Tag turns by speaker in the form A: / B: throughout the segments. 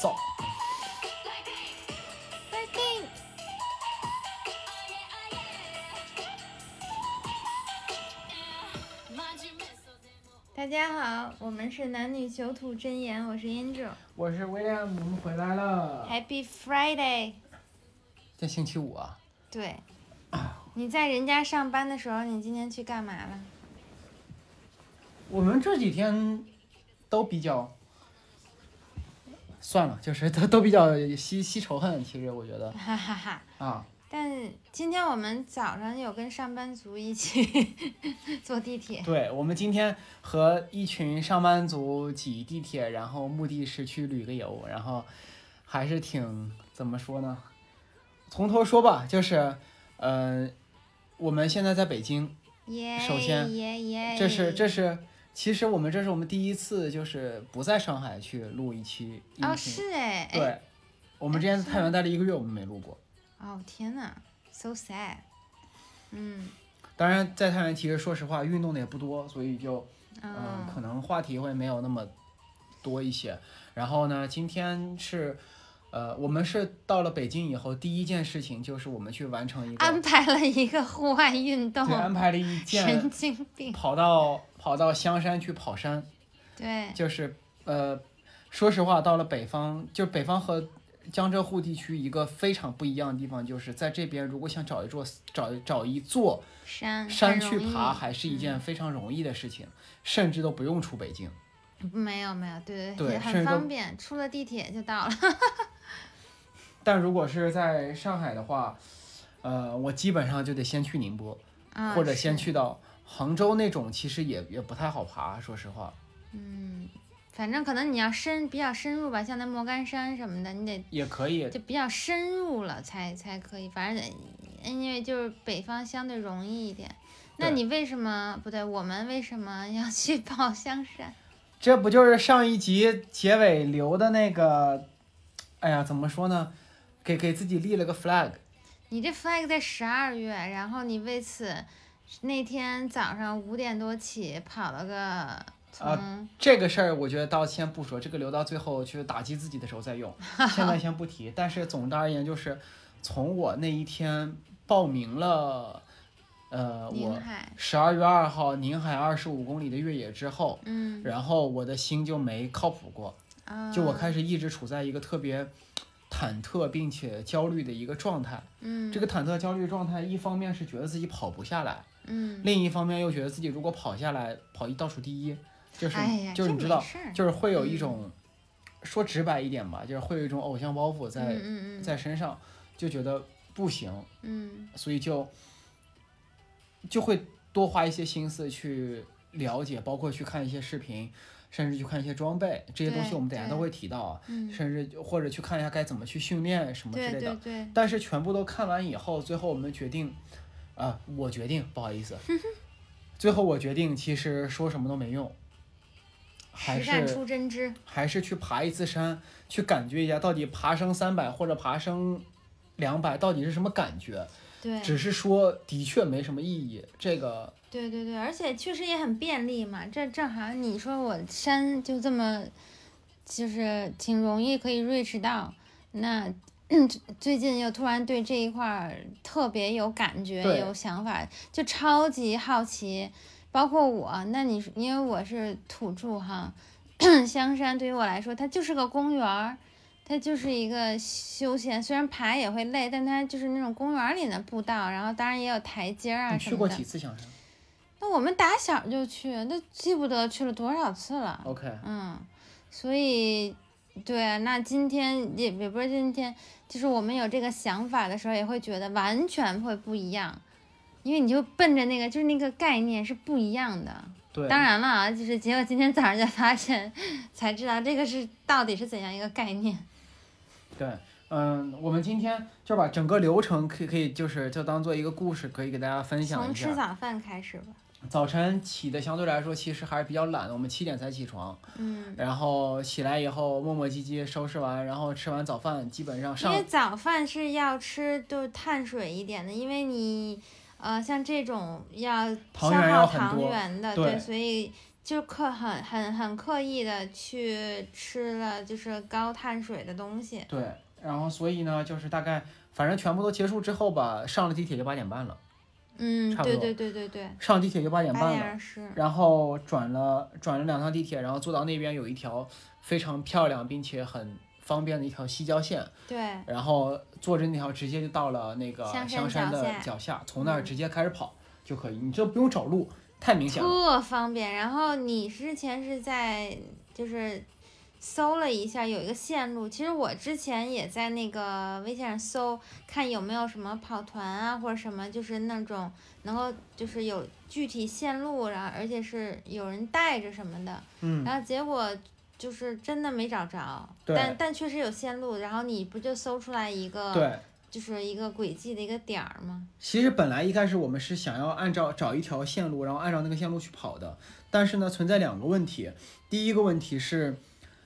A: 燥。
B: 大家好，我们是男女囚徒真言，我是 Angel。
A: 我是威廉，我们回来了。
B: Happy Friday！
A: 这星期五啊，
B: 对，你在人家上班的时候，你今天去干嘛了？
A: 我们这几天都比较，算了，就是都 都比较吸吸仇恨。其实我觉得
B: 哈哈哈。
A: 啊，
B: 但今天我们早上有跟上班族一起 坐地铁，
A: 对我们今天和一群上班族挤地铁，然后目的是去旅个游，然后还是挺怎么说呢？从头说吧，就是，呃，我们现在在北京，
B: 耶
A: 首先
B: 耶耶！
A: 这是这是，其实我们这是我们第一次就是不在上海去录一期音频，
B: 哦是哎哎
A: 对，我们之前在太原待了一个月，我们没录过。
B: 哦天呐 s o sad。嗯
A: 当然，在太原其实说实话运动的也不多，所以就嗯、呃
B: 嗯
A: 可能话题会没有那么多一些。然后呢，今天是。呃，我们是到了北京以后，第一件事情就是我们去完成一个，
B: 安排了一个户外运动
A: 对，，安排了一
B: 神
A: 件
B: 经病。
A: 跑到跑到香山去跑山，
B: 对，
A: 就是呃，说实话，到了北方，就北方和江浙沪地区一个非常不一样的地方，就是在这边，如果想找一座找找一座
B: 山
A: 山
B: 很
A: 去
B: 容易嗯
A: 爬，还是一件非常容易的事情，甚至都不用出北京。
B: 没有没有，对
A: 对
B: 对，
A: 甚
B: 很
A: 至都
B: 方便，出了地铁就到了。
A: 但如果是在上海的话，呃，我基本上就得先去宁波，
B: 啊，
A: 或者先
B: 是。
A: 去到杭州那种，其实也也不太好爬，说实话，
B: 嗯，反正可能你要深比较深入吧，像那莫干山什么的，你得
A: 也可以。
B: 就比较深入了才才可以。反正因为就是北方相对容易一点。那
A: 对
B: 你为什么不对？我们为什么要去跑香山？
A: 这不就是上一集结尾留的那个？哎呀，怎么说呢？给给自己立了个 flag，
B: 你这 flag 在十二月，然后你为此那天早上五点多起跑了
A: 啊
B: 个从、
A: 这个事儿我觉得倒先不说，这个留到最后去打击自己的时候再 用，现在先不提。但是总的而言，就是从我那一天报名了，呃，
B: 宁
A: 我
B: 海，
A: 十二月二号宁海二十五公里的越野之后，
B: 嗯，
A: 然后我的心就没靠谱过，
B: 啊
A: 就我，开始一直处在一个特别忐忑并且焦虑的一个状态。
B: 嗯，
A: 这个忐忑焦虑状态，一方面是觉得自己跑不下来，
B: 嗯，
A: 另一方面又觉得自己如果跑下来，跑一倒数第一，就是、
B: 哎呀，
A: 就是
B: 这
A: 你知
B: 没
A: 道，
B: 事儿
A: 就是会有一
B: 嗯
A: 种、说直白一点吧，就是会有一种偶像包袱在、
B: 嗯嗯嗯
A: 在身上，就觉得不行，
B: 嗯
A: 所以就就会多花一些心思去了解，包括去看一些视频，甚至去看一些装备这些东西，
B: 对
A: 我们等下
B: 对
A: 都会提到啊，
B: 嗯，
A: 甚至就或者去看一下该怎么去训练什么之类
B: 对
A: 的。
B: 对对，
A: 但是全部都看完以后，最后我们决定，啊、我决定，不好意思， 最后我决定，其实说什么都没用，还
B: 实战
A: 是
B: 出真知，
A: 还是去爬一次山，去感觉一下到底爬升三百或者爬升两百到底是什么感觉。
B: 对
A: 只是说的确没什么意义，这个
B: 对对对，而且确实也很便利嘛，这正好你说我山就这么，就是挺容易可以 reach 到，那。最近又突然对这一块儿特别有感觉、
A: 对
B: 有想法，就超级好奇。包括我，那你说因为我是土著哈，香山对于我来说，它就是个公园儿，它就是一个休闲。虽然爬也会累，但它就是那种公园儿里的步道，然后当然也有台阶儿啊
A: 你
B: 什
A: 去
B: 么
A: 过
B: 的。
A: 几次香山
B: 那我们打小就去，那记不得去了多少次了。
A: ？OK，
B: 嗯，所以，对啊，那今天也也不是今天，就是我们有这个想法的时候，也会觉得完全会不一样，因为你就奔着那个就是那个概念是不一样的。
A: 对，
B: 当然了啊，就是结果今天早上才发现， 才知道这个是到底是怎样一个概念。
A: 对，嗯，我们今天就把整个流程可以可以就是就当做一个故事，可以给大家分享
B: 从
A: 一
B: 吃
A: 下。
B: 早饭开始吧。
A: 早晨起的相对来说其实还是比较懒的，我们七点才起床，
B: 嗯，
A: 然后起来以后磨磨唧唧收拾完，然后吃完早饭，基本上
B: 因为
A: 上
B: 早饭是要吃就是碳水一点的，因为你呃像这种要消
A: 糖原要
B: 耗
A: 很
B: 糖
A: 多
B: 原的，
A: 对
B: 所以就刻很很很刻意的去吃了就是高碳水的东西。
A: 对，然后所以呢，就是大概反正全部都结束之后吧，上了地铁就八点半了，
B: 嗯，
A: 差不
B: 对
A: 多
B: 对对对对，
A: 上地铁就八点
B: 八
A: 半
B: 点
A: 了，
B: 二十，
A: 然后转了转了两趟地铁，然后坐到那边有一条非常漂亮并且很方便的一条西郊线，
B: 对
A: 然后坐着那条直接就到了那个
B: 香山
A: 香山
B: 脚
A: 的
B: 下
A: 脚下，从那儿直接开始跑就可以，你这不用找路，太明显了。
B: 特方便。然后你之前是在就是搜了一下有一个线路，其实我之前也在那个微信上搜，看有没有什么跑团啊或者什么，就是那种能够就是有具体线路，然后而且是有人带着什么的。
A: 嗯，
B: 然后结果就是真的没找着，
A: 对
B: 但但确实有线路，然后你不就搜出来一个，
A: 对。
B: 就是一个轨迹的一个点儿吗？
A: 其实本来一开始我们是想要按照找一条线路，然后按照那个线路去跑的，但是呢，存在两个问题。第一个问题是，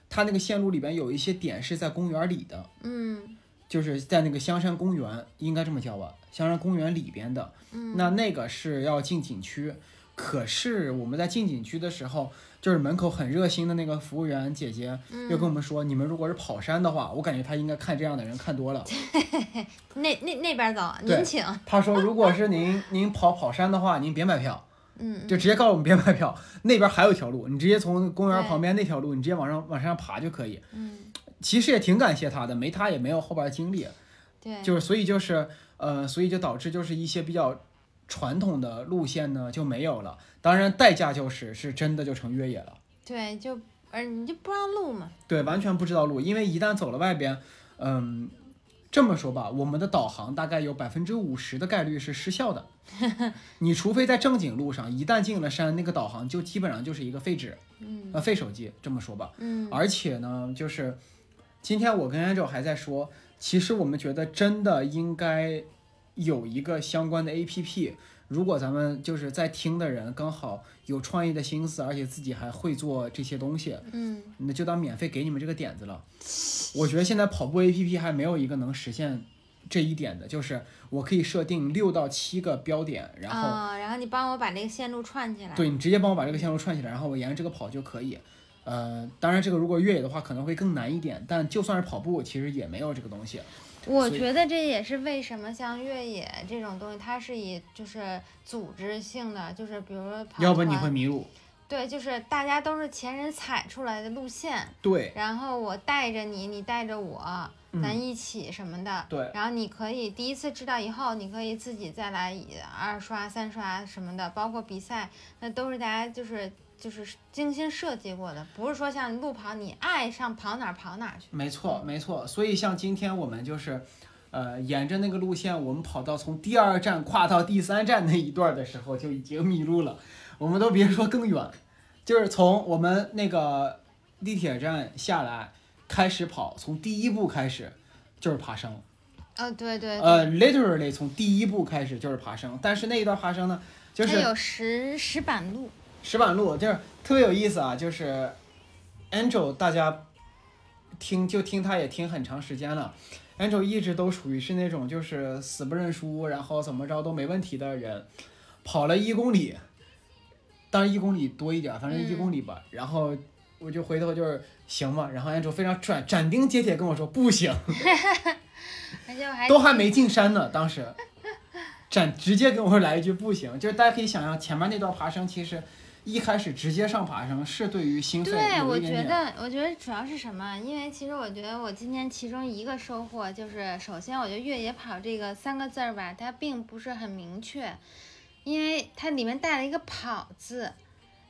A: 它那个线路里边有一些点是在公园里的，
B: 嗯
A: 就是在那个香山公园，应该这么叫吧，香山公园里边的。
B: 嗯，
A: 那那个是要进景区，可是我们在进景区的时候，就是门口很热心的那个服务员姐姐
B: 嗯
A: 又跟我们说，你们如果是跑山的话，我感觉她应该看这样的人看 多了。
B: 那那那边走，
A: 对
B: 您请，
A: 她说，如果是您您跑跑山的话，您别买票。
B: 嗯，
A: 就直接告诉我们别买票，那边还有一条路，你直接从公园
B: 对
A: 旁边那条路，你直接往上往上爬就可以。
B: 嗯，
A: 其实也挺感谢他的，没他也没有后边的经历，
B: 对，
A: 就是所以就是呃，所以就导致就是一些比较传统的路线呢就没有了。当然代价就是是真的就成越野了，
B: 对，就而你就不让路嘛，
A: 对，完全不知道路，因为一旦走了外边，嗯。这么说吧，我们的导航大概有百分之五十的概率是失 效的。你除非在正经路上，一旦进了山，那个导航就基本上就是一个废纸。
B: 嗯
A: 呃，废手机这么说吧。
B: 嗯，
A: 而且呢，就是今天我跟 Angel 还在说，其实我们觉得真的应该有一个相关的 APP。如果咱们就是在听的人刚好有创意的心思，而且自己还会做这些东西，
B: 嗯，
A: 那就当免费给你们这个点子了。我觉得现在跑步 APP 还没有一个能实现这一点的，就是我可以设定六到七个标点，然后
B: 啊然后你帮我把这个线路串起来，
A: 对你直接帮我把这个线路串起来，然后我沿着这个跑就可以。呃，当然这个如果越野的话可能会更难一点，但就算是跑步，其实也没有这个东西。
B: 我
A: 所以
B: 觉得这也是为什么像越野这种东西，它是以就是组织性的，就是比如说跑
A: 要不你
B: 团
A: 会迷路。
B: 对，就是大家都是前人踩出来的路线，
A: 对，
B: 然后我带着你，你带着我，
A: 嗯
B: 咱一起什么的。
A: 对
B: 然后你可以第一次知道以后，你可以自己再来二刷、三刷什么的，包括比赛，那都是大家就是就是精心设计过的，不是说像路跑你爱上跑哪儿跑哪儿去。
A: 没错没错。所以像今天我们就是，呃，沿着那个路线，我们跑到从第二站跨到第三站那一段的时候就已经迷路了，我们都别说更远，就是从我们那个地铁站下来开始跑，从第一步开始就是爬升。
B: 呃、对对对，
A: 呃，literally 从第一步开始就是爬升，但是那一段爬升呢，就
B: 它
A: 是
B: 有石石板路，
A: 石板路，就是特别有意思啊。就是 Angel，大家听就听他也听很长时间了，Angel 一直都属于是那种就是死不认输，然后怎么着都没问题的人，跑了一公里，当然一公里多一点，反正一
B: 嗯
A: 公里吧。然后我就回头就是行嘛，然后 Angel 非常斩斩钉截铁跟我说不行。
B: 而且我还
A: 都还没进山呢，当时，展直接跟我来一句不行，就是大家可以想象前面那段爬升，其实一开始直接上爬升是对于心肺
B: 对，
A: 有
B: 我
A: 一点
B: 觉
A: 点，
B: 得，我觉得主要是什么？因为其实我觉得我今天其中一个收获就是，首先我觉得越野跑这个三个字儿吧，它并不是很明确，因为它里面带了一个跑字，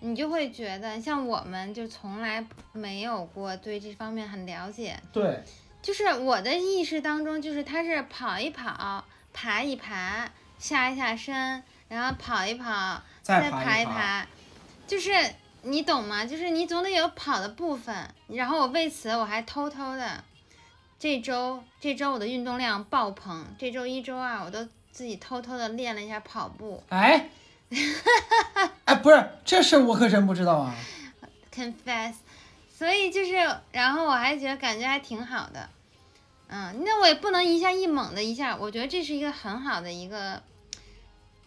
B: 你就会觉得像我们就从来没有过对这方面很了解，
A: 对
B: 就是我的意识当中，就是它是跑一跑，爬一爬，下一下身，然后跑一跑，
A: 再
B: 爬
A: 一
B: 一，就是你懂吗？就是你总得有跑的部分。然后我为此我还偷偷的，这周这周我的运动量爆棚，这周一周二我都自己偷偷的练了一下跑步。
A: 哎，哎，不是，这事我可真不知道啊，
B: Confess，所以就是，然后我还觉得感觉还挺好的。嗯，那我也不能一下一猛的一下，我觉得这是一个很好的一个，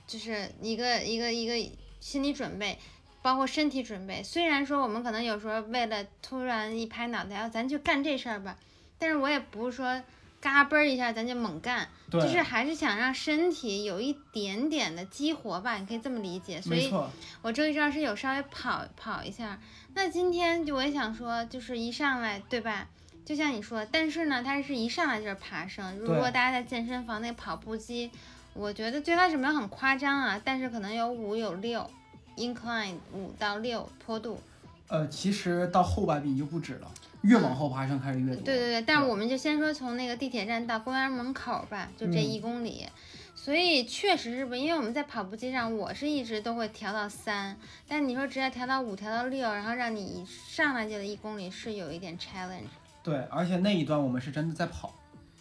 B: 就是一个一个一个心理准备。包括身体准备。虽然说我们可能有时候为了突然一拍脑袋，啊，咱就干这事儿吧，但是我也不是说嘎嘣儿一下咱就猛干，
A: 对，
B: 就是还是想让身体有一点点的激活吧，你可以这么理解。所
A: 没
B: 以
A: 错，
B: 我周一、周二是有稍微跑跑一下。那今天就我也想说，就是一上来对吧？就像你说，但是呢，它是一上来就是爬升。如
A: 对
B: 果大家在健身房那跑步机，我觉得最开始没有很夸张啊，但是可能有五有六，incline 五到六坡度。
A: 呃，其实到后半壁就不止了，越往后爬升开始越
B: 对
A: 多。
B: 对对，但
A: 嗯
B: 是我们就先说从那个地铁站到公园门口吧，就这
A: 嗯
B: 一公里。所以确实是不，因为我们在跑步机上，我是一直都会调到三，但你说直接调到五、调到六，然后让你一上来就得一公里，是有一点 challenge。
A: 对，而且那一段我们是真的在跑。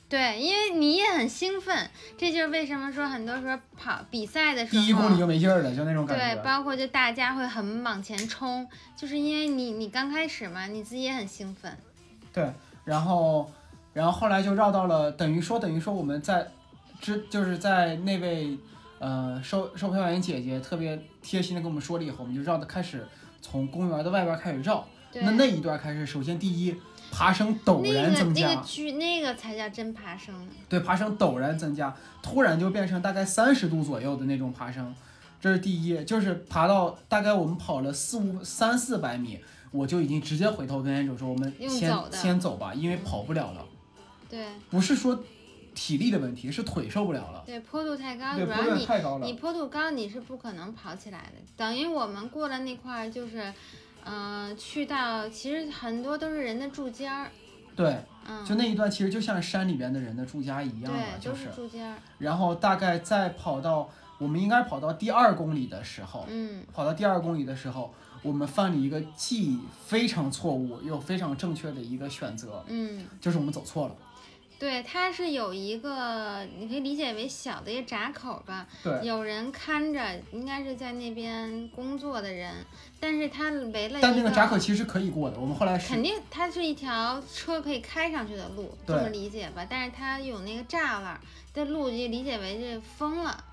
B: 对，因为你也很兴奋，这就是为什么说很多时候跑比赛的时候，
A: 第一公里就没劲儿了，就那种感
B: 对，
A: 觉。
B: 包括就大家会很往前冲，就是因为你你刚开始嘛，你自己也很兴奋。
A: 然后，然后后来就绕到了，等于说等于说我们在之就是在那位呃售售票员姐姐特别贴心的跟我们说了以后，我们就绕的开始从公园的外边开始绕。
B: 对，
A: 那那一段开始，首先第一，爬升陡
B: 那
A: 然
B: 个
A: 增加，
B: 那个区那个才叫真爬升呢。
A: 对，爬升陡然增加，突然就变成大概三十度左右的那种爬升，这是第一，就是爬到大概我们跑了四五三四百米，我就已经直接回头跟安主说，我们
B: 用
A: 先
B: 走的
A: 先走吧，因为跑不了了，
B: 对
A: 不是说体力的问题，是腿受不了了，
B: 对，坡度太高，
A: 对，
B: 主要
A: 坡度
B: 啊你
A: 太高了
B: 你，坡度高，你是不可能跑起来的。等于我们过了那块儿，就是，嗯、去到其实很多都是人的住尖儿，
A: 对，
B: 嗯，
A: 就那一段其实就像山里边的人的住家一样了，
B: 对，
A: 就
B: 都
A: 是，
B: 住尖儿，
A: 然后大概再跑到我们应该跑到第二公里的时候，
B: 嗯，
A: 跑到第二公里的时候，我们犯了一个既非常错误又非常正确的一个选择，
B: 嗯，
A: 就是我们走错了。
B: 对，它是有一个，你可以理解为小的一个闸口吧。
A: 对，
B: 有人看着，应该是在那边工作的人，但是他围了一
A: 但那个闸口其实是可以过的，我们后来是
B: 肯定它是一条车可以开上去的路，这
A: 对
B: 么理解吧？但是它有那个栅栏，这路就理解为这封了。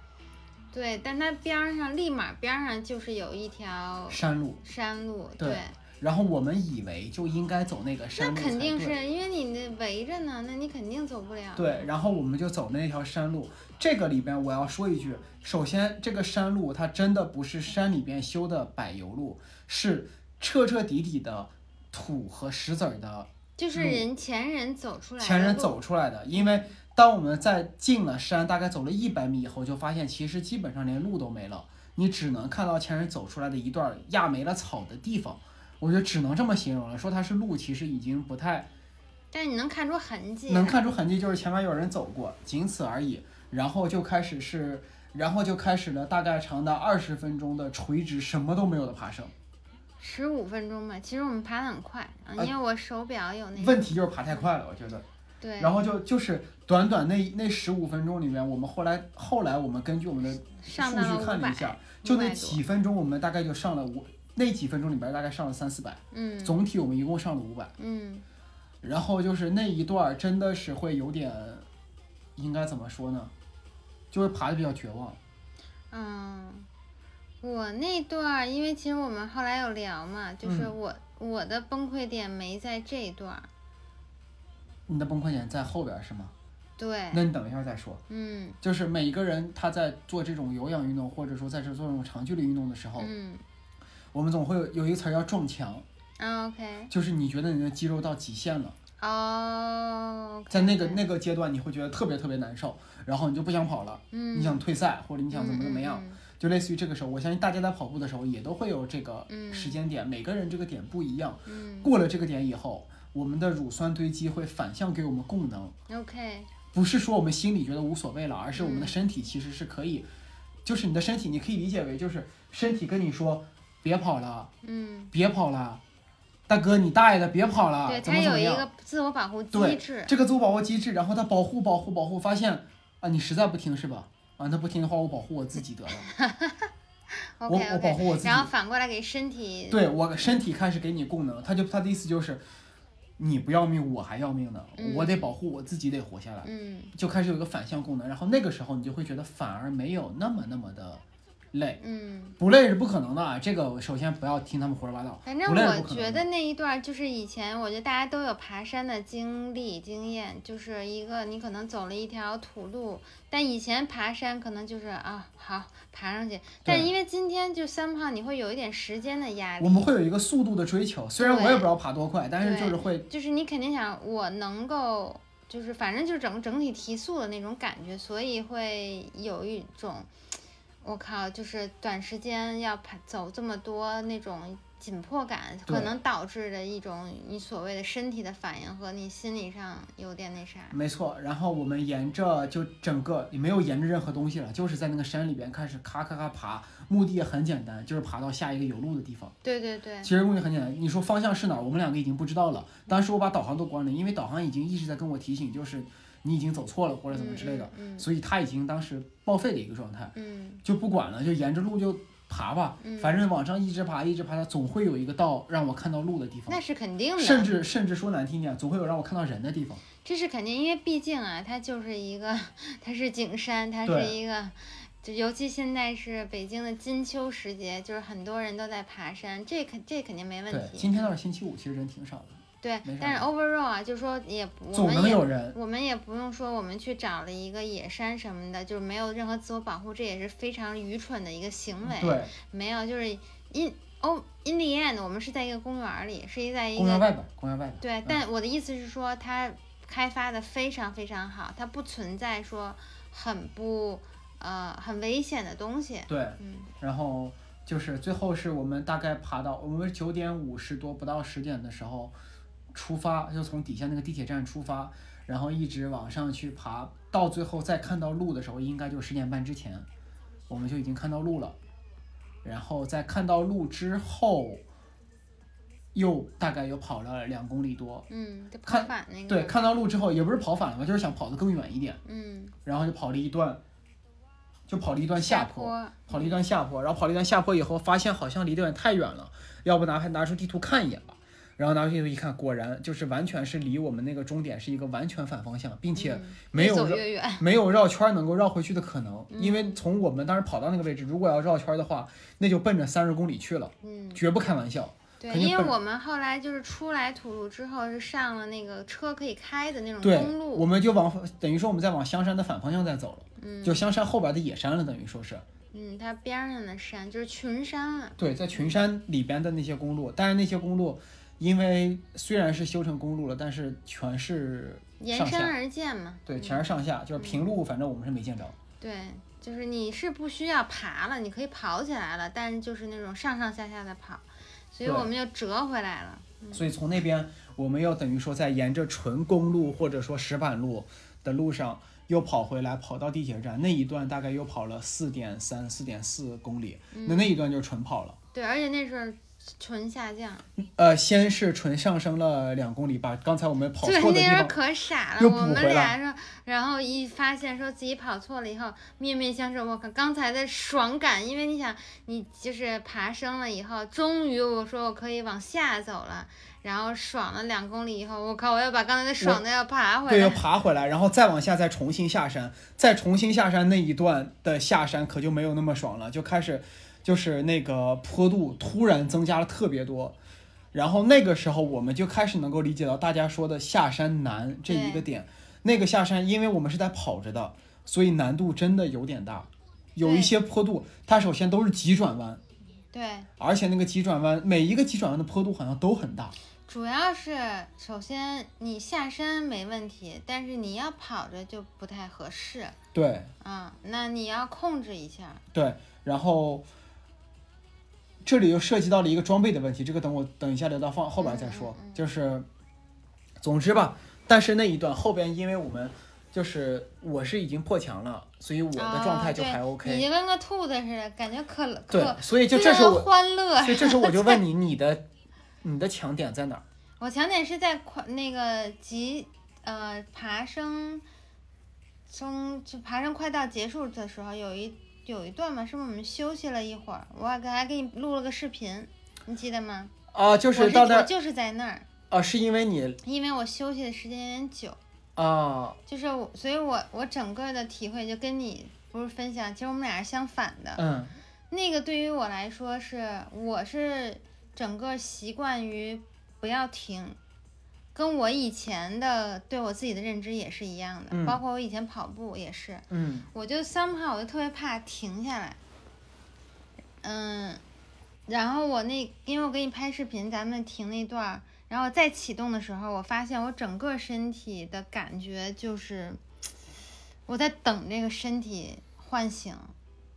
B: 对，但它边儿上立马边儿上就是有一条
A: 山路，
B: 山路，
A: 对然后我们以为就应该走那个山
B: 那
A: 路才
B: 肯定
A: 对。
B: 是因为你那围着呢，那你肯定走不了。
A: 对，然后我们就走那条山路。这个里边我要说一句，首先这个山路它真的不是山里边修的柏油路，是彻彻底底的土和石子儿的
B: 就是
A: 路
B: 人前人走出来的路，
A: 前人走出来的，因为当我们在进了山，大概走了一百米以后，就发现其实基本上连路都没了，你只能看到前人走出来的一段压没了草的地方。我觉得只能这么形容了，说它是路，其实已经不太
B: 但是你能看出痕迹，
A: 能看出痕迹，就是前面有人走过，仅此而已。然后就开始是，然后就开始了大概长达二十分钟的垂直什么都没有的爬升。
B: 十五分钟吧。其实我们爬得很快，啊
A: 啊
B: 因为我手表有那个，
A: 问题就是爬太快了，我觉得。
B: 对，
A: 然后就就是短短那那十五分钟里面，我们后来后来我们根据我们的数
B: 上到了
A: 据看
B: 五
A: 了一
B: 百，
A: 下，就那
B: 500多
A: 几分钟，我们大概就上了五，那几分钟里边大概上了三四百，
B: 嗯
A: 总体我们一共上了五百。
B: 嗯。
A: 然后就是那一段儿真的是会有点，应该怎么说呢？就是爬的比较绝望。
B: 嗯，我那段儿，因为其实我们后来有聊嘛，就是
A: 嗯
B: 我、我的崩溃点没在这一段儿，
A: 你的崩溃点在后边儿是吗？
B: 对，
A: 那你等一会儿再说。
B: 嗯
A: 就是每一个人他在做这种有氧运动，或者说在这做这种长距离运动的时候，
B: 嗯
A: 我们总会有有一个词儿叫撞墙，
B: 啊，OK，
A: 就是你觉得你的肌肉到极限了。
B: 哦，
A: 在那个
B: OK，OK，
A: 那个阶段，你会觉得特别特别难受，然后你就不想跑了，
B: 嗯，
A: 你想退赛或者你想怎么怎么样，
B: 嗯，嗯
A: 就类似于这个时候，我相信大家在跑步的时候也都会有这个
B: 嗯
A: 时间点，每个人这个点不一样。
B: 嗯
A: 过了这个点以后，我们的乳酸堆积会反向给我们供能，
B: 嗯，OK，
A: 不是说我们心里觉得无所谓了，而是我们的
B: 嗯
A: 身体其实是可以，就是你的身体，你可以理解为就是身体跟你说别跑了，
B: 嗯，
A: 别跑了，大哥你大爷的别跑了，
B: 对，
A: 啊怎
B: 它
A: 么怎
B: 有
A: 么
B: 一
A: 样。
B: 个自我保护机
A: 对
B: 制，
A: 这个自我保护机制，然后它保护保护保护，发现啊，你实在不听是吧？啊，那不听的话，我保护我自己得了，
B: 嗯 OK
A: 我我保
B: OK，
A: 护我自己
B: 然。后反过来给身体，
A: 对我身体开始给你供能，他就他的意思就是，你不要命，我还要命呢，
B: 嗯
A: 我得保护我自己，得活下来，
B: 嗯，
A: 就开始有一个反向供能，然后那个时候你就会觉得反而没有那么那么的累，
B: 嗯，
A: 不累是不可能的啊。这个首先不要听他们胡说八道。
B: 反正
A: 不累是
B: 我
A: 不可能
B: 觉
A: 的
B: 得那一段儿就是以前，我觉得大家都有爬山的经历经验，就是一个你可能走了一条土路，但以前爬山可能就是啊好爬上去，但
A: 对
B: 因为今天就三胖，你会有一点时间的压力，
A: 我们会有一个速度的追求，虽然我也
B: 对
A: 不知道爬多快，但是
B: 对
A: 就是会
B: 就是你肯定想我能够，就是反正就是整整体提速的那种感觉，所以会有一种，我靠，就是短时间要跑走这么多那种紧迫感，
A: 对
B: 可能导致的一种你所谓的身体的反应和你心理上有点那啥。
A: 没错。然后我们沿着就整个也没有沿着任何东西了，就是在那个山里边开始咔咔咔爬，目的也很简单，就是爬到下一个有路的地方。
B: 对对对，
A: 其实目的很简单，你说方向是哪儿，我们两个已经不知道了。当时我把导航都关了，因为导航已经一直在跟我提醒，就是你已经走错了或者怎么之类的，
B: 嗯
A: 所以他已经当时报废的一个状态，
B: 嗯
A: 就不管了，就沿着路就爬吧，
B: 嗯，
A: 反正往上一直爬，一直爬，它总会有一个到让我看到路的地方
B: 那。是肯定的，
A: 甚至甚至说难听点，总会有让我看到人的地方。
B: 这是肯定，因为毕竟啊，它就是一个， 它是景山，它是
A: 对
B: 一个，就尤其现在是北京的金秋时节，就是很多人都在爬山，这肯这肯定没问
A: 对，
B: 题。
A: 今天倒是星期五，其实人挺少的，
B: 对
A: 没啥
B: 但是 overall 啊，就说也我
A: 总
B: 们
A: 能
B: 也
A: 有人。
B: 我们也不用说我们去找了一个野山什么的，就是没有任何自我保护，这也是非常愚蠢的一个行为。，
A: 对，
B: 没有，就是 in 哦 in the end，我们是在一个公园儿里，是在一
A: 公
B: 个
A: 园外边，公园外边。
B: 对，但我的意思是说，它开发的非常非常好，它不存在说很不呃很危险的东西。
A: 对，
B: 嗯
A: 然后就是最后是我们大概爬到我们九点五十多，不到十点的时候出发，就从底下那个地铁站出发，然后一直往上去爬，到最后再看到路的时候，应该就十点半之前，我们就已经看到路了。然后在看到路之后，又大概又跑了两公里多。
B: 嗯，就跑
A: 看
B: 反那个。
A: 对，看到路之后也不是跑反了嘛，就是想跑得更远一点，
B: 嗯，
A: 然后就跑了一段，就跑了一段下坡，
B: 坡。
A: 跑了一段下坡，然后跑了一段下坡以后，发现好像离得有点太远了，要不拿拿出地图看一眼吧。然后拿出地图一看，果然就是完全是离我们那个终点是一个完全反方向，并且
B: 嗯
A: 没有
B: 越走
A: 绕
B: 越 远。
A: 没有绕圈儿能够绕回去的可能，
B: 嗯
A: 因为从我们当时跑到那个位置，如果要绕圈儿的话，那就奔着三十公里去了，
B: 嗯，
A: 绝不开玩笑。
B: 对，
A: 肯定
B: 因为
A: 奔
B: 我们后来就是出来土路之后，是上了那个车可以开的那种
A: 对
B: 公
A: 我
B: 路。
A: 们就往等于说我们在往香山的反方向在走了，
B: 嗯
A: 就香山后边的野山了，等于说是。
B: 嗯，它边上的山就是群山了。
A: 对，在群山里边的那些公路，但是那些公路，因为虽然是修成公路了，但是全是
B: 沿
A: 上
B: 山
A: 下
B: 而建嘛，
A: 对，
B: 嗯
A: 全是上下，就是平路，反正我们是没见着。
B: 对，就是你是不需要爬了，你可以跑起来了，但是就是那种上上下下的跑，所以
A: 对
B: 我们就折回来了。
A: 所以从那边，我们又等于说在沿着纯公路或者说石板路的路上，又跑回来，跑到地铁站那一段，大概又跑了四点三、四点四公里，
B: 嗯
A: 那那一段就是纯跑了。
B: 对，而且那是纯下降，
A: 呃，先是纯上升了两公里，把刚才我们跑
B: 对，
A: 错的
B: 那
A: 地
B: 时候
A: 方
B: 可傻了。
A: 又补
B: 我们
A: 回
B: 俩
A: 来
B: 说，然后一发现说自己跑错了以后，面面相觑。我靠，刚才的爽感，因为你想，你就是爬升了以后，终于我说我可以往下走了，然后爽了两公里以后，我靠，我要把刚才的爽的要爬回
A: 对，又
B: 来。
A: 爬回来，然后再往下，再重新下山，再重新下山那一段的下山可就没有那么爽了，就开始就是那个坡度突然增加了特别多，然后那个时候我们就开始能够理解到大家说的下山难这一个点，那个下山因为我们是在跑着的，所以难度真的有点大，有
B: 对
A: 一些坡度它首先都是急转弯，
B: 对，
A: 而且那个急转弯每一个急转弯的坡度好像都很大，
B: 主要是，首先你下山没问题，但是你要跑着就不太合适
A: 对。
B: 啊、那你要控制一下。
A: 对，然后这里又涉及到了一个装备的问题，这个等我等一下聊到放后边再说。
B: 嗯嗯嗯
A: 就是，总之吧，但是那一段后边，因为我们就是我是已经破墙了，所以我的状态就
B: 啊对
A: 还 OK。
B: 你就跟个兔子似的，感觉可
A: 对
B: 可，
A: 所以就
B: 非
A: 这时候
B: 常
A: 我，
B: 欢乐。
A: 所以这时候我就问你，你 的你的强点在哪儿？
B: 我强点是在快那个急呃爬升升就爬升快到结束的时候，有一有一段嘛，是不是我们休息了一会儿？我还给还给你录了个视频，你记得吗？
A: 啊，就
B: 我
A: 是到那
B: 我
A: 儿
B: 就是在那儿，
A: 啊，是因为你
B: 因为我休息的时间有点久。
A: 啊，
B: 就是我，所以我我整个的体会就跟你不是分享，其实我们俩是相反的。
A: 嗯，
B: 那个对于我来说是，我是整个习惯于不要停，跟我以前的对我自己的认知也是一样的，
A: 嗯
B: 包括我以前跑步也是，
A: 嗯
B: 我就 somehow 我就特别怕停下来，嗯，然后我那因为我给你拍视频，咱们停那段儿，然后再启动的时候，我发现我整个身体的感觉就是我在等这个身体唤醒，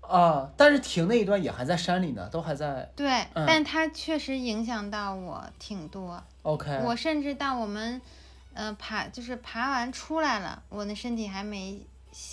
A: 啊，但是停那一段也还在山里呢，都还在。
B: 对，
A: 嗯
B: 但它确实影响到我挺多，
A: OK，
B: 我甚至到我们，呃，爬就是爬完出来了，我的身体还没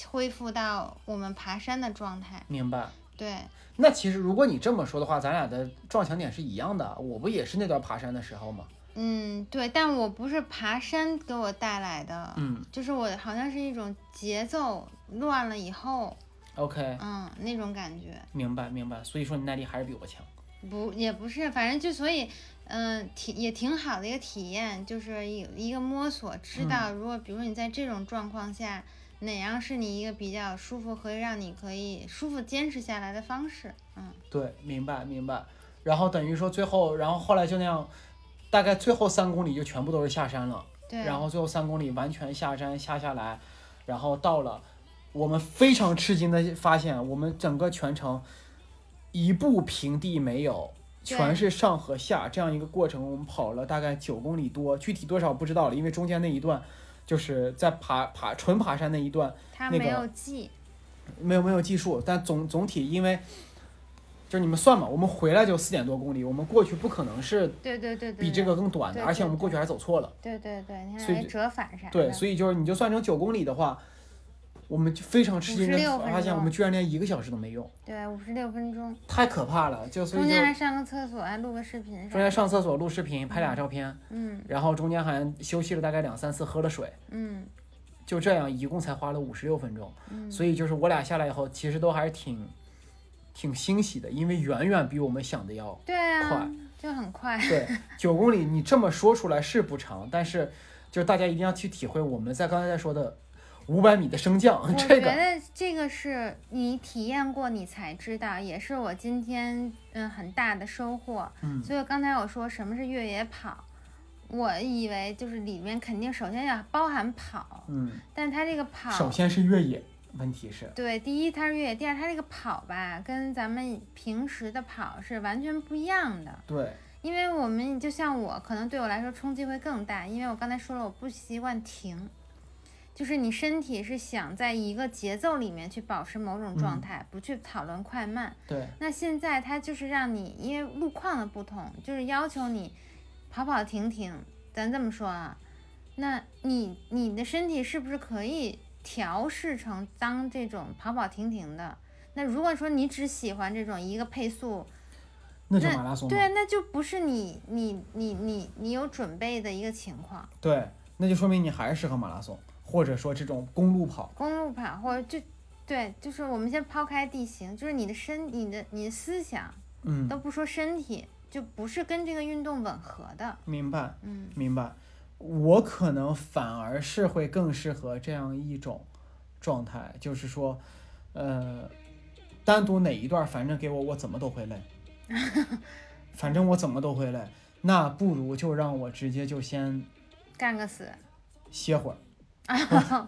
B: 恢复到我们爬山的状态，
A: 明白。
B: 对。
A: 那其实如果你这么说的话，咱俩的撞墙点是一样的。啊我不也是那段爬山的时候吗？
B: 嗯，对，但我不是爬山给我带来的，
A: 嗯
B: 就是我好像是一种节奏乱了以后，
A: ，OK，
B: 嗯，那种感觉，
A: 明白明白。所以说你耐力还是比我强。
B: 不也不是，反正就所以，嗯、挺也挺好的一个体验，就是一一个摸索，知
A: 嗯
B: 道如果比如说你在这种状况下，哪样是你一个比较舒服，可以让你可以舒服坚持下来的方式，嗯，
A: 对，明白明白。然后等于说最后，然后后来就那样，大概最后三公里就全部都是下山了。
B: 对，啊
A: 然后最后三公里完全下山下下来，然后到了，我们非常吃惊的发现，我们整个全程一步平地没有，全
B: 对
A: 是上和下这样一个过程。我们跑了大概九公里多，具体多少不知道了，因为中间那一段就是在爬爬纯爬山那一段
B: 它
A: 那
B: 没
A: 个
B: 有记，
A: 没有没有计数，但总总体因为。就是你们算嘛，我们回来就四点多公里，我们过去不可能是
B: 对对对对，
A: 比这个更短的，
B: 嗯对
A: 而且
B: 对
A: 我们过去还走错了。
B: 对，对对对，你
A: 所
B: 看
A: 以
B: 还
A: 就
B: 折返啥的，
A: 对，所以就是你就算成九公里的话，我们就非常吃惊的
B: 56
A: 发
B: 分
A: 现，
B: 钟
A: 我们居然连一个小时都没用，
B: 对，五十六分钟。
A: 太可怕了。就所以
B: 中
A: 就
B: 间还上个厕所，还录个视频
A: 中
B: 啥
A: 间
B: 的。
A: 上厕所录视频拍俩照片，
B: 嗯
A: 然后中间还休息了大概两三次，喝了水，
B: 嗯
A: 就这样一共才花了五十六分钟。
B: 嗯，
A: 所以就是我俩下来以后，其实都还是挺挺欣喜的，因为远远比我们想的要
B: 对啊
A: 快，
B: 就很快。
A: 对，九公里你这么说出来是不长，但是就是大家一定要去体会我们在刚才在说的五百米的升降
B: 我觉
A: 这个。
B: 得这个是你体验过，你才知道，也是我今天嗯很大的收获。
A: 嗯
B: 所以刚才我说什么是越野跑，我以为就是里面肯定首先要包含跑，
A: 嗯。
B: 但它这个跑
A: 首先是越野，问题是，
B: 对，第一它是越野，第二它这个跑吧，跟咱们平时的跑是完全不一样的。
A: 对，
B: 因为我们就像我，可能对我来说冲击会更大，因为我刚才说了，我不习惯停，就是你身体是想在一个节奏里面去保持某种状
A: 嗯
B: 态，不去讨论快慢。
A: 对，
B: 那现在它就是让你，因为路况的不同，就是要求你跑跑停停。咱这么说啊，那你你的身体是不是可以调试成当这种跑跑停停的？那如果说你只喜欢这种一个配速
A: 那就
B: 那
A: 马拉松嘛
B: 对，啊，那就不是你你你你你有准备的一个情况。
A: 对，那就说明你还是适合马拉松，或者说这种公路跑，
B: 公路跑或者就对，就是我们先抛开地形，就是你的身、你的你的思想
A: 嗯，
B: 都不说身体，就不是跟这个运动吻合的。
A: 明白，
B: 嗯，
A: 明白，我可能反而是会更适合这样一种状态，就是说，呃，单独哪一段，反正给我，我怎么都会 累，反正我怎么都会累，那不如就让我直接就先
B: 干个死。 嗯
A: 歇会儿。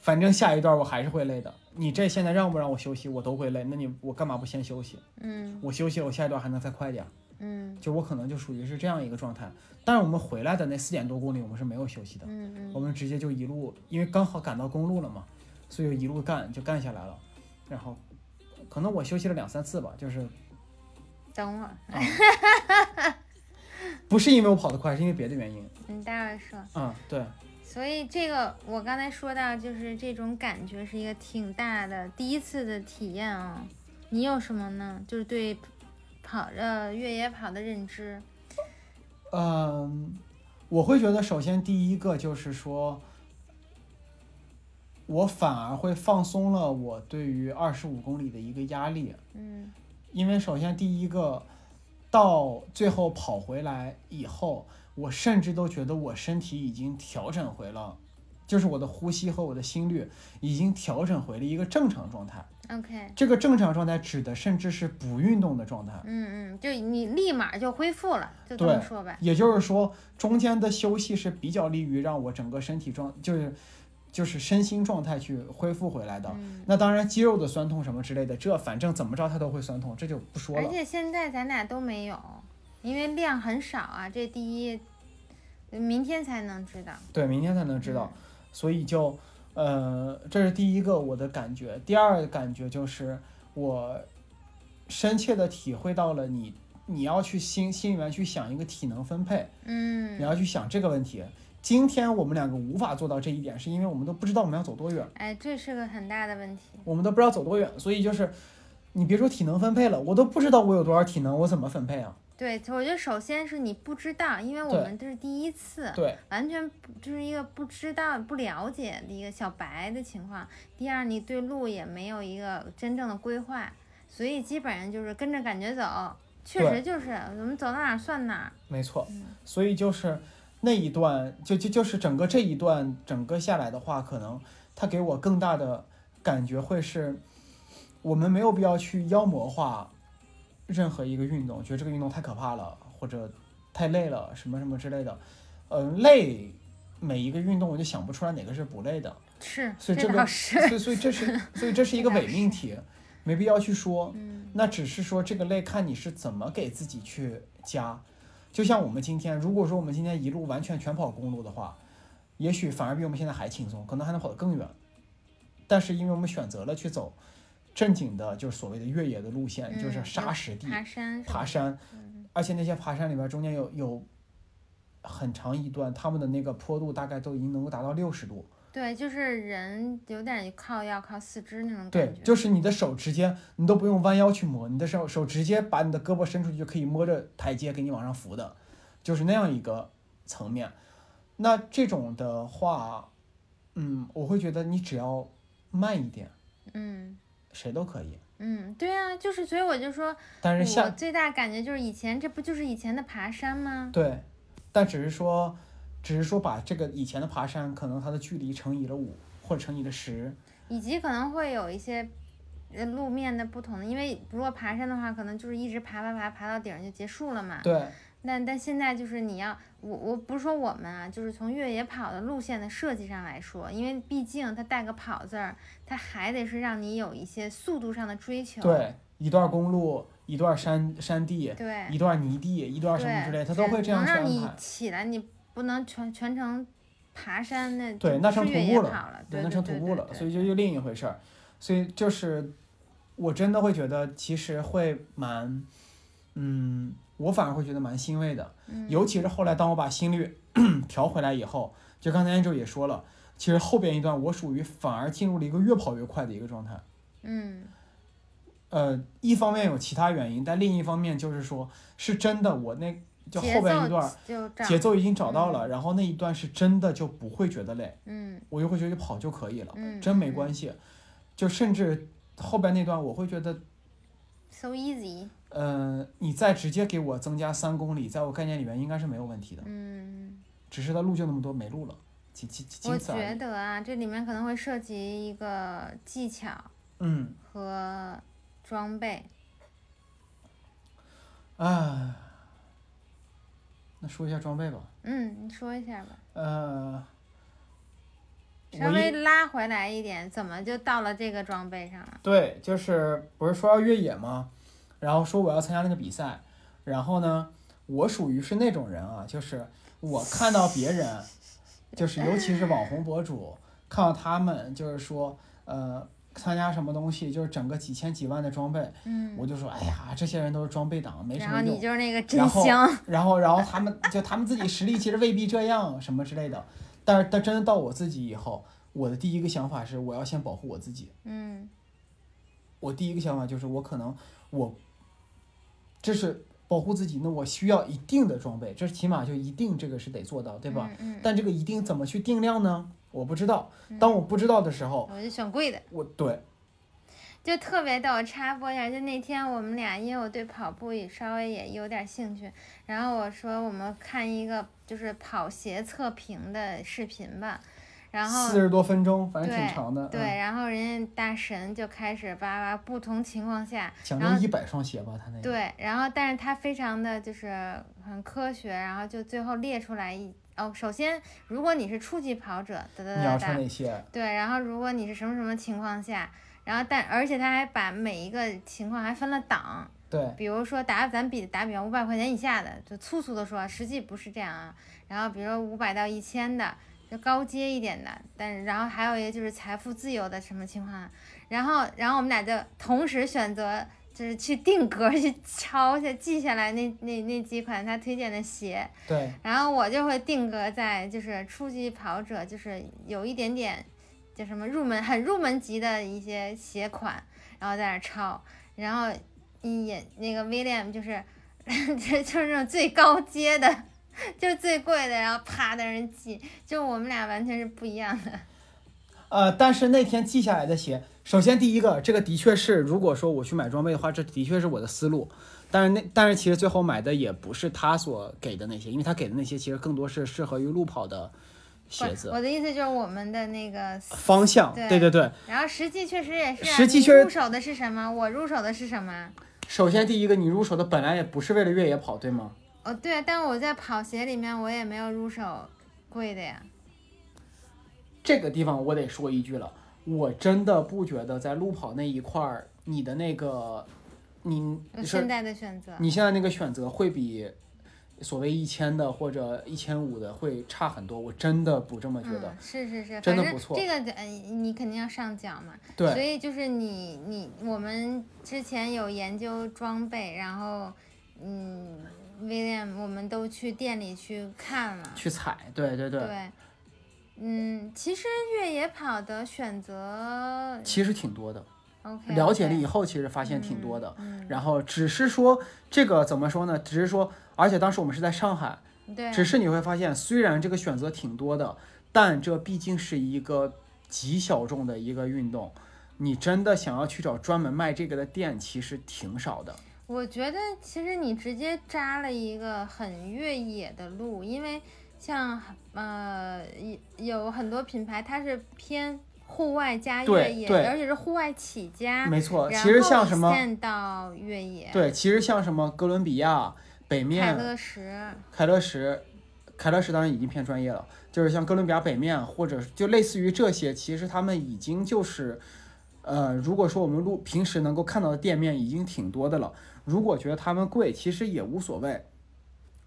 A: 反正下一段我还是会累的。你这现在让不让我休息，我都会累。那你我干嘛不先休息？
B: 嗯
A: 我休息，我下一段还能再快点儿。
B: 嗯
A: 就我可能就属于是这样一个状态。但是我们回来的那四点多公里，我们是没有休息的，
B: 嗯
A: 我们直接就一路，因为刚好赶到公路了嘛，所以就一路干就干下来了。然后可能我休息了两三次吧，就是
B: 嗯，等会儿
A: 啊，不是因为我跑得快，是因为别的原因。
B: 你待会儿说。
A: 嗯，对，
B: 所以这个我刚才说到，就是这种感觉是一个挺大的第一次的体验哦。你有什么呢？就是对跑呃越野跑的认知。
A: 嗯，我会觉得，首先第一个就是说，我反而会放松了我对于二十五公里的一个压力，
B: 嗯
A: 因为首先第一个，到最后跑回来以后，我甚至都觉得我身体已经调整回了就是我的呼吸和我的心率已经调整回了一个正常状态。
B: ，OK，
A: 这个正常状态指的甚至是不运动的状态。
B: 嗯嗯，就你立马就恢复了，就这么
A: 对
B: 说吧。
A: 也就是说，中间的休息是比较利于让我整个身体状，就是就是身心状态去恢复回来的。
B: 嗯，
A: 那当然，肌肉的酸痛什么之类的，这反正怎么着它都会酸痛，这就不说
B: 而
A: 了。
B: 且现在咱俩都没有，因为量很少啊，这第一，明天才能知道。
A: 对，明天才能知道，
B: 嗯
A: 所以就，呃，这是第一个我的感觉。第二个感觉就是我深切的体会到了你，你要去心心里面去想一个体能分配，
B: 嗯
A: 你，要去想这个问题。今天我们两个无法做到这一点，是因为我们都不知道我们要走多远。
B: 哎，这是个很大的问题。
A: 我们都不知道走多远，所以就是，你别说体能分配了，我都不知道我有多少体能，我怎么分配啊？
B: 对，我觉得首先是你不知道，因为我
A: 对
B: 们这是第一次，
A: 对
B: 完全不就是一个不知道、不了解的一个小白的情况。第二，你对路也没有一个真正的规划，所以基本上就是跟着感觉走。确
A: 对
B: 实就是我们走到哪儿算哪儿。
A: 没错
B: 嗯，
A: 所以就是那一段，就就就是整个这一段整个下来的话，可能它给我更大的感觉会是，我们没有必要去妖魔化任何一个运动，觉得这个运动太可怕了，或者太累了，什么什么之类的，嗯、累。每一个运动，我就想不出来哪个是不累的，
B: 是，
A: 所以
B: 这
A: 这个
B: 倒是，
A: 所以所以这是 所以这是一个伪命题，没必要去说。
B: 嗯，
A: 那只是说这个累看你是怎么给自己去加。就像我们今天，如果说我们今天一路完全全跑公路的话，也许反而比我们现在还轻松，可能还能跑得更远。但是因为我们选择了去走正经的，就是所谓的越野的路线，就是
B: 嗯
A: 沙石地、
B: 爬山是吧，
A: 爬山，
B: 嗯
A: 而且那些爬山里边中间有有很长一段，他们的那个坡度大概都已经能够达到六十度。
B: 对，就是人有点靠要靠四肢那种
A: 对
B: 感觉。，
A: 就是你的手直接，你都不用弯腰去摸，你的手手直接把你的胳膊伸出去就可以摸着台阶给你往上扶的，就是那样一个层面。那这种的话，嗯，我会觉得你只要慢一点，
B: 嗯
A: 谁都可以。
B: 嗯，对啊，就是，所以我就说，
A: 但是
B: 我
A: 下
B: 最大感觉就是以前这不就是以前的爬山吗？
A: 对，但只是说，只是说把这个以前的爬山，可能它的距离乘以了五或者乘以了十，
B: 以及可能会有一些呃路面的不同，因为如果爬山的话，可能就是一直爬爬爬爬到顶儿就结束了嘛。
A: 对
B: 但但现在就是你要我我不是说我们啊，就是从越野跑的路线的设计上来说，因为毕竟它带个跑字儿，它还得是让你有一些速度上的追求。
A: 对，一段公路，一段山山地，
B: 对
A: 一段泥地，一段什么
B: 对，
A: 之类，它都会这样去
B: 能
A: 安
B: 让你
A: 排。
B: 起来，你不能全全程爬山，那
A: 对
B: 就
A: 那
B: 不
A: 成
B: 是
A: 徒
B: 越
A: 步
B: 野
A: 了
B: 跑了，对
A: 那
B: 对
A: 成徒
B: 对
A: 步
B: 对
A: 了，
B: 对
A: 所以就又另一回事儿。所以就是，我真的会觉得，其实会蛮，嗯，我反而会觉得蛮欣慰的。
B: 嗯
A: 尤其是后来，当我把心率 调回来以后，就刚才 Angel 也说了，其实后边一段我属于反而进入了一个越跑越快的一个状态。
B: 嗯
A: 呃，一方面有其他原因，但另一方面就是说，是真的，我那就
B: 节
A: 后边
B: 奏嗯
A: 一段
B: 就这
A: 节
B: 样，
A: 奏已经找到了，然后那一段是真的就不会觉得累，
B: 嗯
A: 我就会觉得跑就可以了。
B: 嗯，
A: 真没
B: 系
A: 关系。就甚至后边那段，我会觉得，
B: ，so easy，
A: 呃，你再直接给我增加三公里，在我概念里面应该是没有问题的，
B: 嗯。
A: 只是它路就那么多，没路了，仅仅仅
B: 我
A: 仅此而
B: 觉
A: 已。
B: 得啊，这里面可能会涉及一个技巧
A: 嗯，
B: 和装备。
A: 啊，那说一下装备吧。
B: 嗯，你说一下吧，
A: 呃，
B: 稍
A: 我
B: 微
A: 一
B: 拉回来一点，怎么就到了这个装备上了？
A: 对，就是不是说要越野吗？然后说我要参加那个比赛，然后呢，我属于是那种人啊，就是我看到别人，就是尤其是网红博主，看到他们就是说，呃，参加什么东西，就是整个几千几万的装备，
B: 嗯，
A: 我就说，哎呀，这些人都是装备党，没什
B: 然后
A: 么
B: 你
A: 用。
B: 就是那个真
A: 然后
B: 香，
A: 然后，然后他们就他们自己实力其实未必这样，什么之类的。但是，但真的到我自己以后，我的第一个想法是，我要先保护我自己。
B: 嗯
A: 我第一个想法就是，我可能我这是保护自己，那我需要一定的装备，这起码就一定这个是得做到，对吧？？
B: 嗯，嗯
A: 但这个一定怎么去定量呢？我不知道。当我不知道的时候，
B: 我就选贵的。
A: 我对
B: 就特别逗，插播一下，就那天我们俩，因为我对跑步也稍微也有点兴趣，然后我说我们看一个就是跑鞋测评的视频吧，然后
A: 四十多分钟，反正挺
B: 对
A: 长的。
B: 对，
A: 嗯，
B: 然后人家大神就开始叭叭，不同情况下，
A: 讲
B: 然
A: 究
B: 后
A: 一百双鞋吧，他那个。
B: 对，然后但是他非常的就是很科学，然后就最后列出来一哦，首先如果你是初级跑者，哒哒
A: 你要
B: 哒
A: 穿
B: 哒，
A: 哪些？
B: 对，然后如果你是什么什么情况下，然后但而且他还把每一个情况还分了档，
A: 对，
B: 比如说打咱比打比方五百块钱以下的，就粗俗的说，实际不是这样啊。然后比如说五百到一千的，就高阶一点的，但是然后还有一个就是财富自由的什么情况啊。然后然后我们俩就同时选择，就是去定格去抄下记下来那那那几款他推荐的鞋。
A: 对，
B: 然后我就会定格在就是初级跑者，就是有一点点，就什么入门很入门级的一些鞋款，然后在那儿抄，然后一眼那个 William 就是 就就是那种最高阶的，就是最贵的，然后啪在那儿记，就我们俩完全是不一样的。
A: 呃，但是那天记下来的鞋，首先第一个，这个的确是，如果说我去买装备的话，这的确是我的思路。但是那但是其实最后买的也不是他所给的那些，因为他给的那些其实更多是适合于路跑的鞋
B: 不
A: 子
B: 我的意思就是我们的那个思，
A: 方向。
B: 对
A: 对对对，
B: 然后实际确实也是、啊，
A: 实际
B: 你
A: 确实
B: 入手的是什么，我入手的是什么。
A: 首先第一个，你入手的本来也不是为了越野跑，对吗？
B: 哦，对啊，但我在跑鞋里面我也没有入手贵的呀。
A: 这个地方我得说一句了，我真的不觉得在路跑那一块儿，你的那个，你
B: 有
A: 是
B: 嗯现在的选择，
A: 你现在那个选择会比所谓一千的或者一千五的会差很多，我真的不这么觉得。
B: 嗯，是是是，
A: 真的
B: 反正
A: 不错
B: 这个得嗯，你肯定要上脚嘛，所
A: 对
B: 以就是你你我们之前有研究装备，然后嗯，William 我们都去店里去看了，
A: 去踩，对对对。
B: 对，嗯，其实越野跑的选择
A: 其实挺多的，
B: ，OK，
A: 了解了以
B: 力
A: 后，其实发现挺多的。，
B: 嗯，
A: 然后只是说这个怎么说呢？只是说，而且当时我们是在上海，
B: 嗯对啊，
A: 只是你会发现，虽然这个选择挺多的，但这毕竟是一个极小众的一个运动，你真的想要去找专门卖这个的店，其实挺少的。
B: 我觉得其实你直接扎了一个很越野的路，因为像呃一有很多品牌它是偏户外加越
A: 对
B: 野，
A: 对
B: 而且是户外起家，
A: 没错，
B: 啊然
A: 其实
B: 后
A: 像什么，
B: extend 到越野，
A: 对，其实像什么哥伦比亚、北
B: 哎凯
A: 面、
B: 乐石，
A: 凯乐石、凯乐石当然已经偏专业了，就是像哥伦比亚北面或者就类似于这些，其实他们已经就是。呃，如果说我们路平时能够看到的店面已经挺多的了，如果觉得他们贵，其实也无所谓。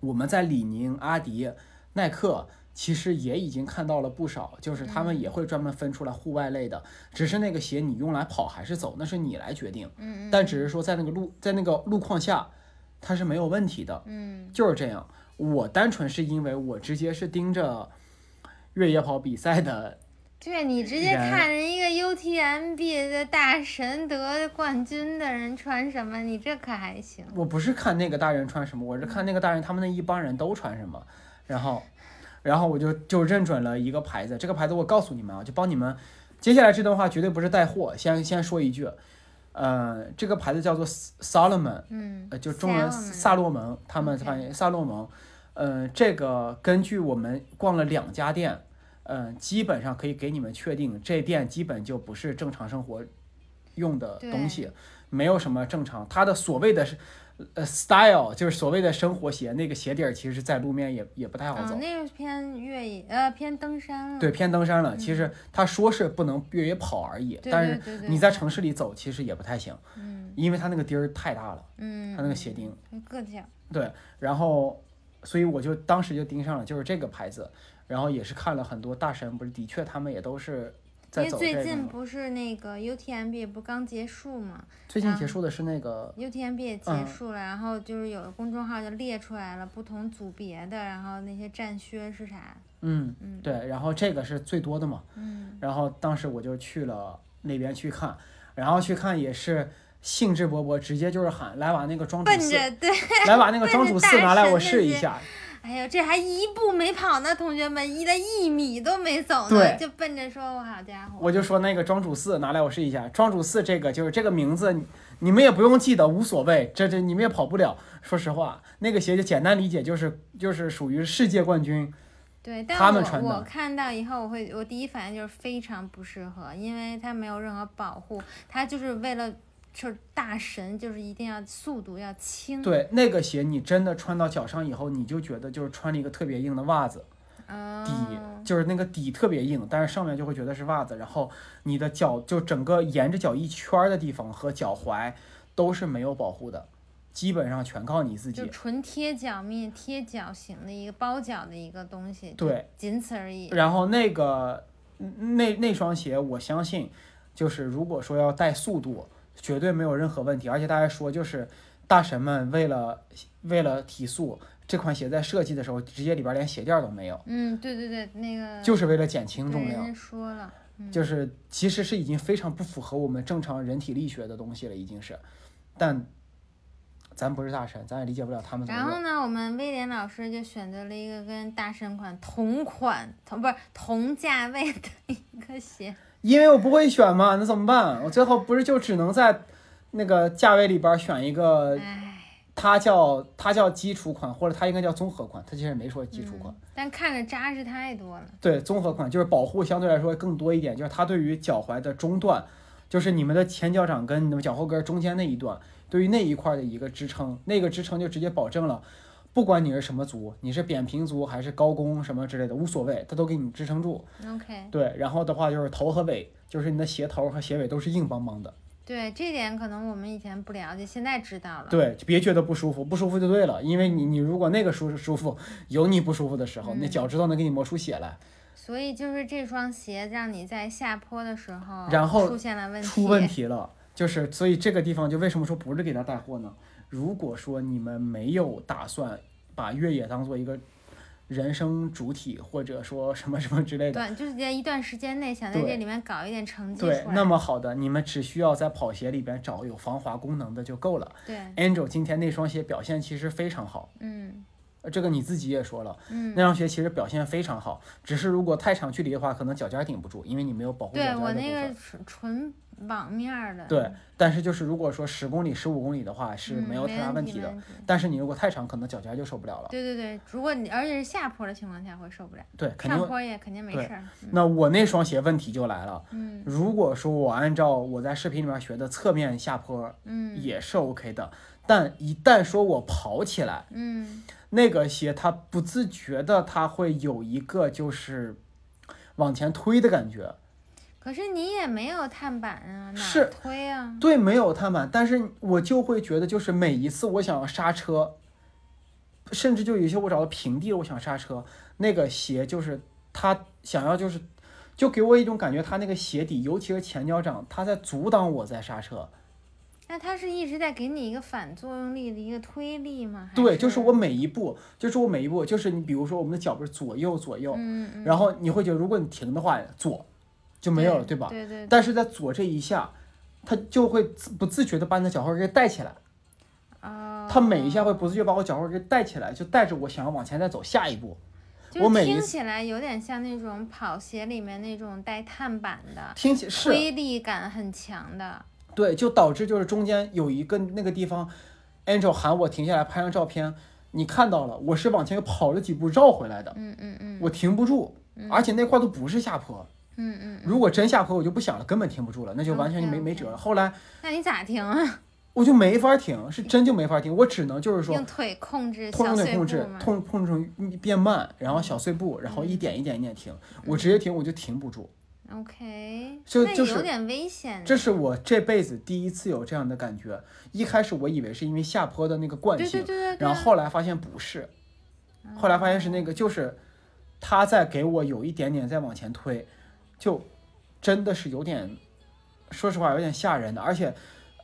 A: 我们在李宁、阿迪、耐克其实也已经看到了不少，就是他们也会专门分出来户外类的，只是那个鞋你用来跑还是走，那是你来决定。
B: 嗯嗯，
A: 但只是说在那个路在那个路况下，它是没有问题的，
B: 嗯
A: 就是这样。我单纯是因为我直接是盯着越野跑比赛的，
B: 对你直接
A: 然
B: 看人一个 UTMB 的大神得冠军的人穿什么，你这可还行。
A: 我不是看那个大人穿什么，我是看那个大人他们那一帮人都穿什么，然后，然后我就就认准了一个牌子，这个牌子我告诉你们啊，就帮你们，接下来这段话绝对不是带货，先先说一句，呃，这个牌子叫做 Solomon，
B: 嗯，
A: 呃，就中文
B: 萨洛门
A: 萨洛蒙，他们
B: OK
A: 翻译萨洛蒙。呃，这个根据我们逛了两家店，嗯、基本上可以给你们确定，这店基本就不是正常生活用的东西，没有什么正常。它的所谓的是呃 style，就是所谓的生活鞋，那个鞋底儿其实在路面也也不太好走。
B: 嗯，那个偏越野，呃，偏登山了。
A: 对，偏登山了。其实他说是不能越野跑而已，
B: 嗯对
A: 但是
B: 对对
A: 你
B: 对
A: 在
B: 对
A: 城市里走其实也不太行，
B: 嗯
A: 因为它那个钉儿太大了，
B: 嗯，
A: 它那个鞋钉。
B: 嗯硌脚。
A: 对，然后所以我就当时就盯上了，就是这个牌子，然后也是看了很多大神，不是的确他们也都是
B: 因
A: 在
B: 为
A: 走
B: 最
A: 这个
B: 近
A: 嘛。
B: 不是那个 UTMB 不刚结束嘛
A: 最近结
B: 啊
A: 束的是那个，
B: ？UTMB 也结
A: 嗯
B: 束了，然后就是有公众号就列出来了不同组别的，然后那些战靴是啥？
A: 嗯，
B: 嗯，
A: 对，然后这个是最多的嘛，
B: 嗯
A: 然后当时我就去了那边去看，然后去看也是。兴致勃勃，直接就是喊来把那个庄主
B: 奔
A: 四，
B: 着对，
A: 来把那个
B: 奔
A: 庄
B: 着
A: 主
B: 大
A: 四拿来，
B: 神那
A: 我试一
B: 些
A: 下。
B: 哎呦，这还一步没跑呢，同学们，一的一米都没走呢，
A: 对
B: 就奔着说，我好家伙，
A: 我就说那个庄主四拿来我试一下，庄主四这个就是这个名字，你你们也不用记得，无所谓，这这你们也跑不了。说实话，那个鞋就简单理解就是就是属于世界冠军，
B: 对，但
A: 他们
B: 我
A: 穿的
B: 我看到以后，我会我第一反应就是非常不适合，因为它没有任何保护，它就是为了就是大神，就是一定要速度要轻。
A: 对，那个鞋你真的穿到脚上以后，你就觉得就是穿了一个特别硬的袜子，
B: 嗯，
A: 底就是那个底特别硬，但是上面就会觉得是袜子，然后你的脚就整个沿着脚一圈儿的地方和脚踝都是没有保护的，基本上全靠你自
B: 就
A: 己。
B: 纯贴脚面、贴脚型的一个包脚的一个东西，，
A: 对，
B: 仅此而已。
A: 然后那个那那双鞋，我相信就是如果说要带速度，绝对没有任何问题。而且大家说，就是大神们为了为了提速，这款鞋在设计的时候直接里边连鞋垫儿都没有，
B: 嗯，对对对，那个
A: 就是为了减轻
B: 对
A: 重量
B: 人。家说了，嗯
A: 就是其实是已经非常不符合我们正常人体力学的东西了，已经是。但咱不是大神，咱也理解不了他们怎
B: 然
A: 么
B: 后
A: 用。
B: 呢，我们威廉老师就选择了一个跟大神款同款，同不是同价位的一个鞋。
A: 因为我不会选嘛，那怎么办？我最后不是就只能在那个价位里边选一个，
B: 唉，
A: 它叫它叫基础款，或者它应该叫综合款，它其实也没说基础款。
B: 嗯，但看着扎实太多了。
A: 对，综合款就是保护相对来说更多一点，就是它对于脚踝的中段，就是你们的前脚掌跟你们脚后跟中间那一段，对于那一块的一个支撑，那个支撑就直接保证了，不管你是什么足，你是扁平足还是高弓什么之类的，无所谓，它都给你支撑住。
B: OK，
A: 对，然后的话就是头和尾，就是你的鞋头和鞋尾都是硬邦邦的，
B: 对这点可能我们以前不了解，现在知道了。
A: 对，别觉得不舒服，不舒服就对了，因为你你如果那个舒舒服，有你不舒服的时候，那
B: 嗯
A: 脚趾头能给你磨出血来。
B: 所以就是这双鞋让你在下坡的时候，
A: 然后
B: 出现了问题。
A: 出问题了，就是所以这个地方就为什么说不是给他带货呢？如果说你们没有打算把越野当做一个人生主体，或者说什么什么之类的，
B: 短就是在一段时间内想在
A: 对
B: 这里面搞一点成绩出
A: 对
B: 来，，
A: 那么好的，你们只需要在跑鞋里边找有防滑功能的就够了。
B: 对，
A: Angel 今天那双鞋表现其实非常好，
B: 嗯
A: 呃这个你自己也说了，
B: 嗯，
A: 那双鞋其实表现非常好，只是如果太长距离的话，可能脚尖顶不住，因为你没有保护脚
B: 对
A: 尖的
B: 我
A: 部
B: 那
A: 分
B: 个。纯纯网面儿的，
A: 对，但是就是如果说十公里、十五公里的话是
B: 嗯
A: 没有太大
B: 问
A: 问题的，
B: 没
A: 但是你如果太长，可能脚尖就受不了了。
B: 对对对，如果你而且是下坡的情况下会受不了，
A: 对，肯
B: 上
A: 定。
B: 坡也肯定没
A: 对
B: 事儿。嗯
A: 那我那双鞋问题就来了。
B: 嗯
A: 如果说我按照我在视频里面学的侧面下坡
B: 嗯
A: 也是 OK 的，但一旦说我跑起来，
B: 嗯，
A: 那个鞋它不自觉的它会有一个就是往前推的感觉。
B: 可是你也没有碳板啊，哪
A: 是
B: 儿推啊？
A: 对，没有踏板，但是我就会觉得，就是每一次我想要刹车，甚至就有一些我找到平地了，我想刹车，那个鞋就是它想要就是，就给我一种感觉，它那个鞋底，尤其是前脚掌，它在阻挡我在刹车。
B: 那它是一直在给你一个反作用力的一个推力吗？还
A: 对，就是我，每一步，就是我每一步，就是你比如说我们的脚不是左右左右，
B: 嗯嗯，
A: 然后你会觉得，如果你停的话，左就没有了，对吧？
B: 对对，
A: 但是在左这一下，它就会自不自觉的把你的脚后跟给带起来。
B: 啊，
A: 他每一下会不自觉把我脚后跟带起来，就带着我想要往前再走下一步。
B: 就
A: 我
B: 是
A: 每一
B: 听
A: 次
B: 起来有点像那种跑鞋里面那种带碳板的，
A: 听起是
B: 推力感很强的。
A: 对，就导致就是中间有一个那个地方，Angel 喊我停下来拍张照片，你看到了，我是往前跑了几步绕回来的，
B: 嗯嗯嗯，
A: 我停不住，
B: 嗯
A: 而且那块都不是下坡，
B: 嗯嗯嗯，
A: 如果真下坡我就不想了，根本停不住了，那就完全就没
B: OK，OK
A: 没辙了。后来
B: 那你咋停啊？
A: 我就没法停，是真就没法停，我只能就是说
B: 用腿控制
A: 痛
B: 小
A: 重
B: 碎
A: 点控
B: 步嗯
A: 制，
B: 吗？
A: 痛碰重变慢，然后小碎步，然后一点一点一点停，
B: 嗯
A: 我直接停我就停不住。
B: OK，
A: 就
B: 那
A: 就是
B: 有点危险呢。
A: 这是我这辈子第一次有这样的感觉。一开始我以为是因为下坡的那个惯
B: 对对
A: 性，
B: 对嗯对对。
A: 然后后来发现不是，后来发现是那个就是他在给我有一点点在往前推，就真的是有点，说实话有点吓人的。而且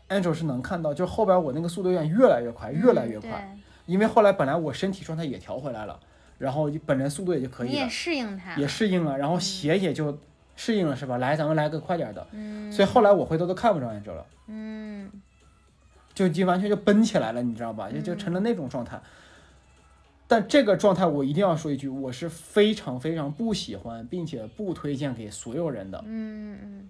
A: Angel 是能看到，就后边我那个速度有点越来越快，越来越
B: 嗯
A: 快，因为后来本来我身体状态也调回来了，然后本来速度也就可
B: 对，你
A: 以
B: 也啊嗯
A: 了，
B: 适应它。
A: 也适应了，然后鞋也就适应了，是吧？来，咱们来个快点的。
B: 嗯
A: 所以后来我回头都看不着 Angel 了。
B: 嗯，
A: 就就完全就奔起来了，你知道吧？就就成了那种状态。但这个状态我一定要说一句，我是非常非常不喜欢，并且不推荐给所有人的。
B: 嗯嗯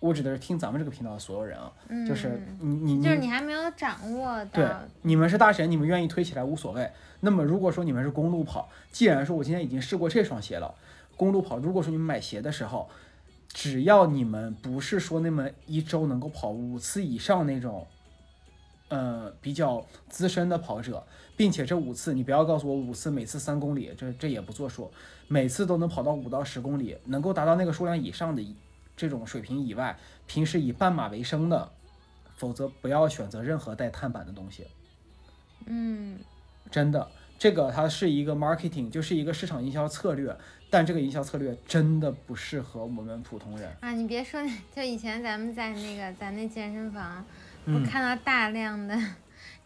A: 我指的是听咱们这个频道的所有人啊，
B: 嗯，
A: 就是你你
B: 就是
A: 你
B: 你还没有掌握
A: 对
B: 到，
A: 你们是大神，你们愿意推起来无所谓。那么如果说你们是公路跑，既然说我今天已经试过这双鞋了，公路跑，如果说你们买鞋的时候，只要你们不是说那么一周能够跑五次以上那种，呃，比较资深的跑者，并且这五次你不要告诉我五次每次三公里，这这也不作数，每次都能跑到五到十公里，能够达到那个数量以上的这种水平以外，平时以半马为生的，否则不要选择任何带碳板的东西。
B: 嗯
A: 真的，这个它是一个 marketing，就是一个市场营销策略，但这个营销策略真的不适合我们普通人。
B: 啊，你别说，就以前咱们在那个咱那健身房，
A: 嗯
B: 我看到大量的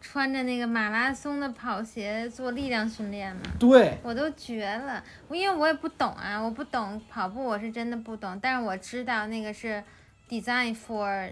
B: 穿着那个马拉松的跑鞋做力量训练的。
A: 对，
B: 我都绝了，我因为我也不懂啊，我不懂跑步，我是真的不懂，但是我知道那个是 design for，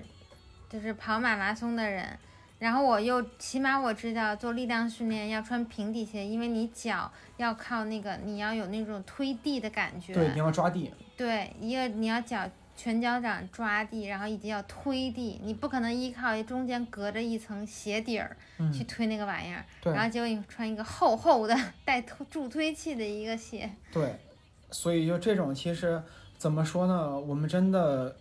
B: 就是跑马拉松的人。然后我又起码我知道做力量训练要穿平底鞋，因为你脚要靠那个，你要有那种推地的感觉。
A: 对，你要抓地，
B: 对，一个你要脚全脚掌抓地，然后以及要推地，你不可能依靠中间隔着一层鞋底儿去
A: 嗯，
B: 推那个玩意儿，
A: 对
B: 然后结果你穿一个厚厚的带推助推器的一个鞋，
A: 对，所以就这种其实怎么说呢？我们真的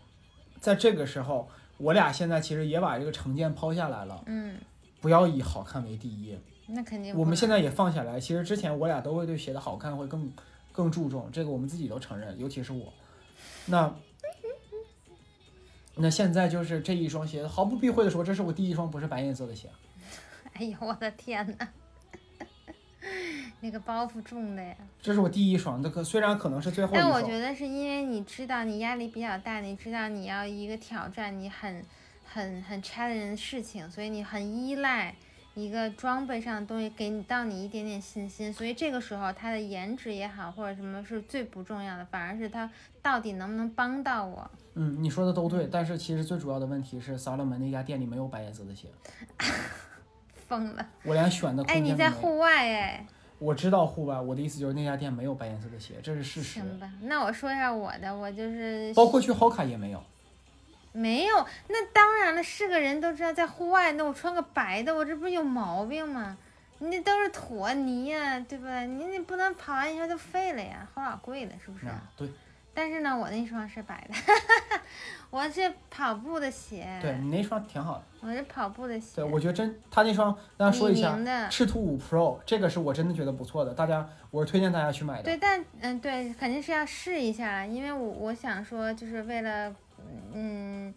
A: 在这个时候，我俩现在其实也把这个成见抛下来了，
B: 嗯，
A: 不要以好看为第一。
B: 那肯定不
A: 我们现
B: 能
A: 在也放下来，其实之前我俩都会对鞋的好看会更更注重，这个我们自己都承认，尤其是我。那那现在就是这一双鞋，毫不避讳的说，这是我第一双不是白颜色的鞋。
B: 哎呦我的天呐， 那个包袱重的呀！
A: 这是我第一双，这个虽然可能是最后一
B: 但我
A: 双，
B: 觉得是因为你知道你压力比较大，你知道你要一个挑战，你很很很 challenge 的事情，所以你很依赖一个装备上的东西给你到你一点点信心，所以这个时候它的颜值也好或者什么是最不重要的，反而是它到底能不能帮到我。
A: 嗯，你说的都对，但是其实最主要的问题是萨洛门那家店里没有白颜色的鞋，
B: 疯了！
A: 我连选的空
B: 哎，
A: 间
B: 你
A: 都
B: 在
A: 没有。
B: 户外哎，
A: 我知道户外，我的意思就是那家店没有白颜色的鞋，这是事实。
B: 行吧，那我说一下我的，我就是
A: 包括去 Hoka 也没有。
B: 没有，那当然了，是个人都知道，在户外那我穿个白的，我这不是有毛病吗？你那都是坨泥呀、对吧？你你不能跑完以后就废了呀，齁老贵了，是不是？
A: 啊，对，
B: 但是呢，我那双是白的， 我是跑步的鞋，
A: 对你那双挺好的。
B: 我是跑步的鞋，
A: 对，我觉得真，他那双，大家说一
B: 李
A: 下
B: 宁，的。
A: 赤兔五 Pro，这个是我真的觉得不错的，大家我是推荐大家去买的。
B: 对，但嗯，对，肯定是要试一下，因为我我想说，就是为了嗯，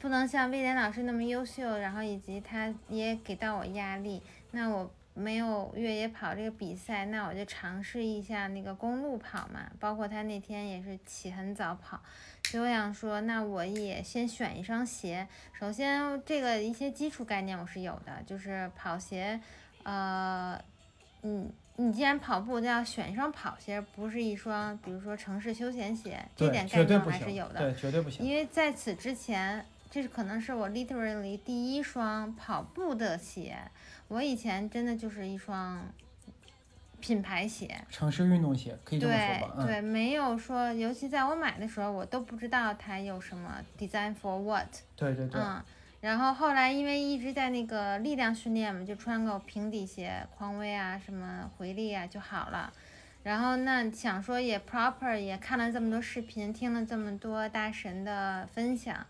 B: 不能像威廉老师那么优秀，然后以及他也给到我压力，那我没有越野跑这个比赛，那我就尝试一下那个公路跑嘛，包括他那天也是起很早跑，所以我想说，那我也先选一双鞋，首先这个一些基础概念我是有的，就是跑鞋，呃，嗯。你既然跑步，就要选一双跑鞋，不是一双，比如说城市休闲鞋，这点概
A: 绝对
B: 念
A: 不
B: 我还是
A: 行
B: 有，的。
A: 对，绝对不行。
B: 因为在此之前，这是可能是我 literally 第一双跑步的鞋。我以前真的就是一双品牌鞋，
A: 城市运动鞋可以这么
B: 对
A: 说吧，嗯，
B: 对，没有说，尤其在我买的时候，我都不知道它有什么 design for what，
A: 对对对，
B: 嗯。然后后来因为一直在那个力量训练嘛，就穿个平底鞋，匡威啊，什么回力啊就好了。然后那想说也 proper，也看了这么多视频，听了这么多大神的分享，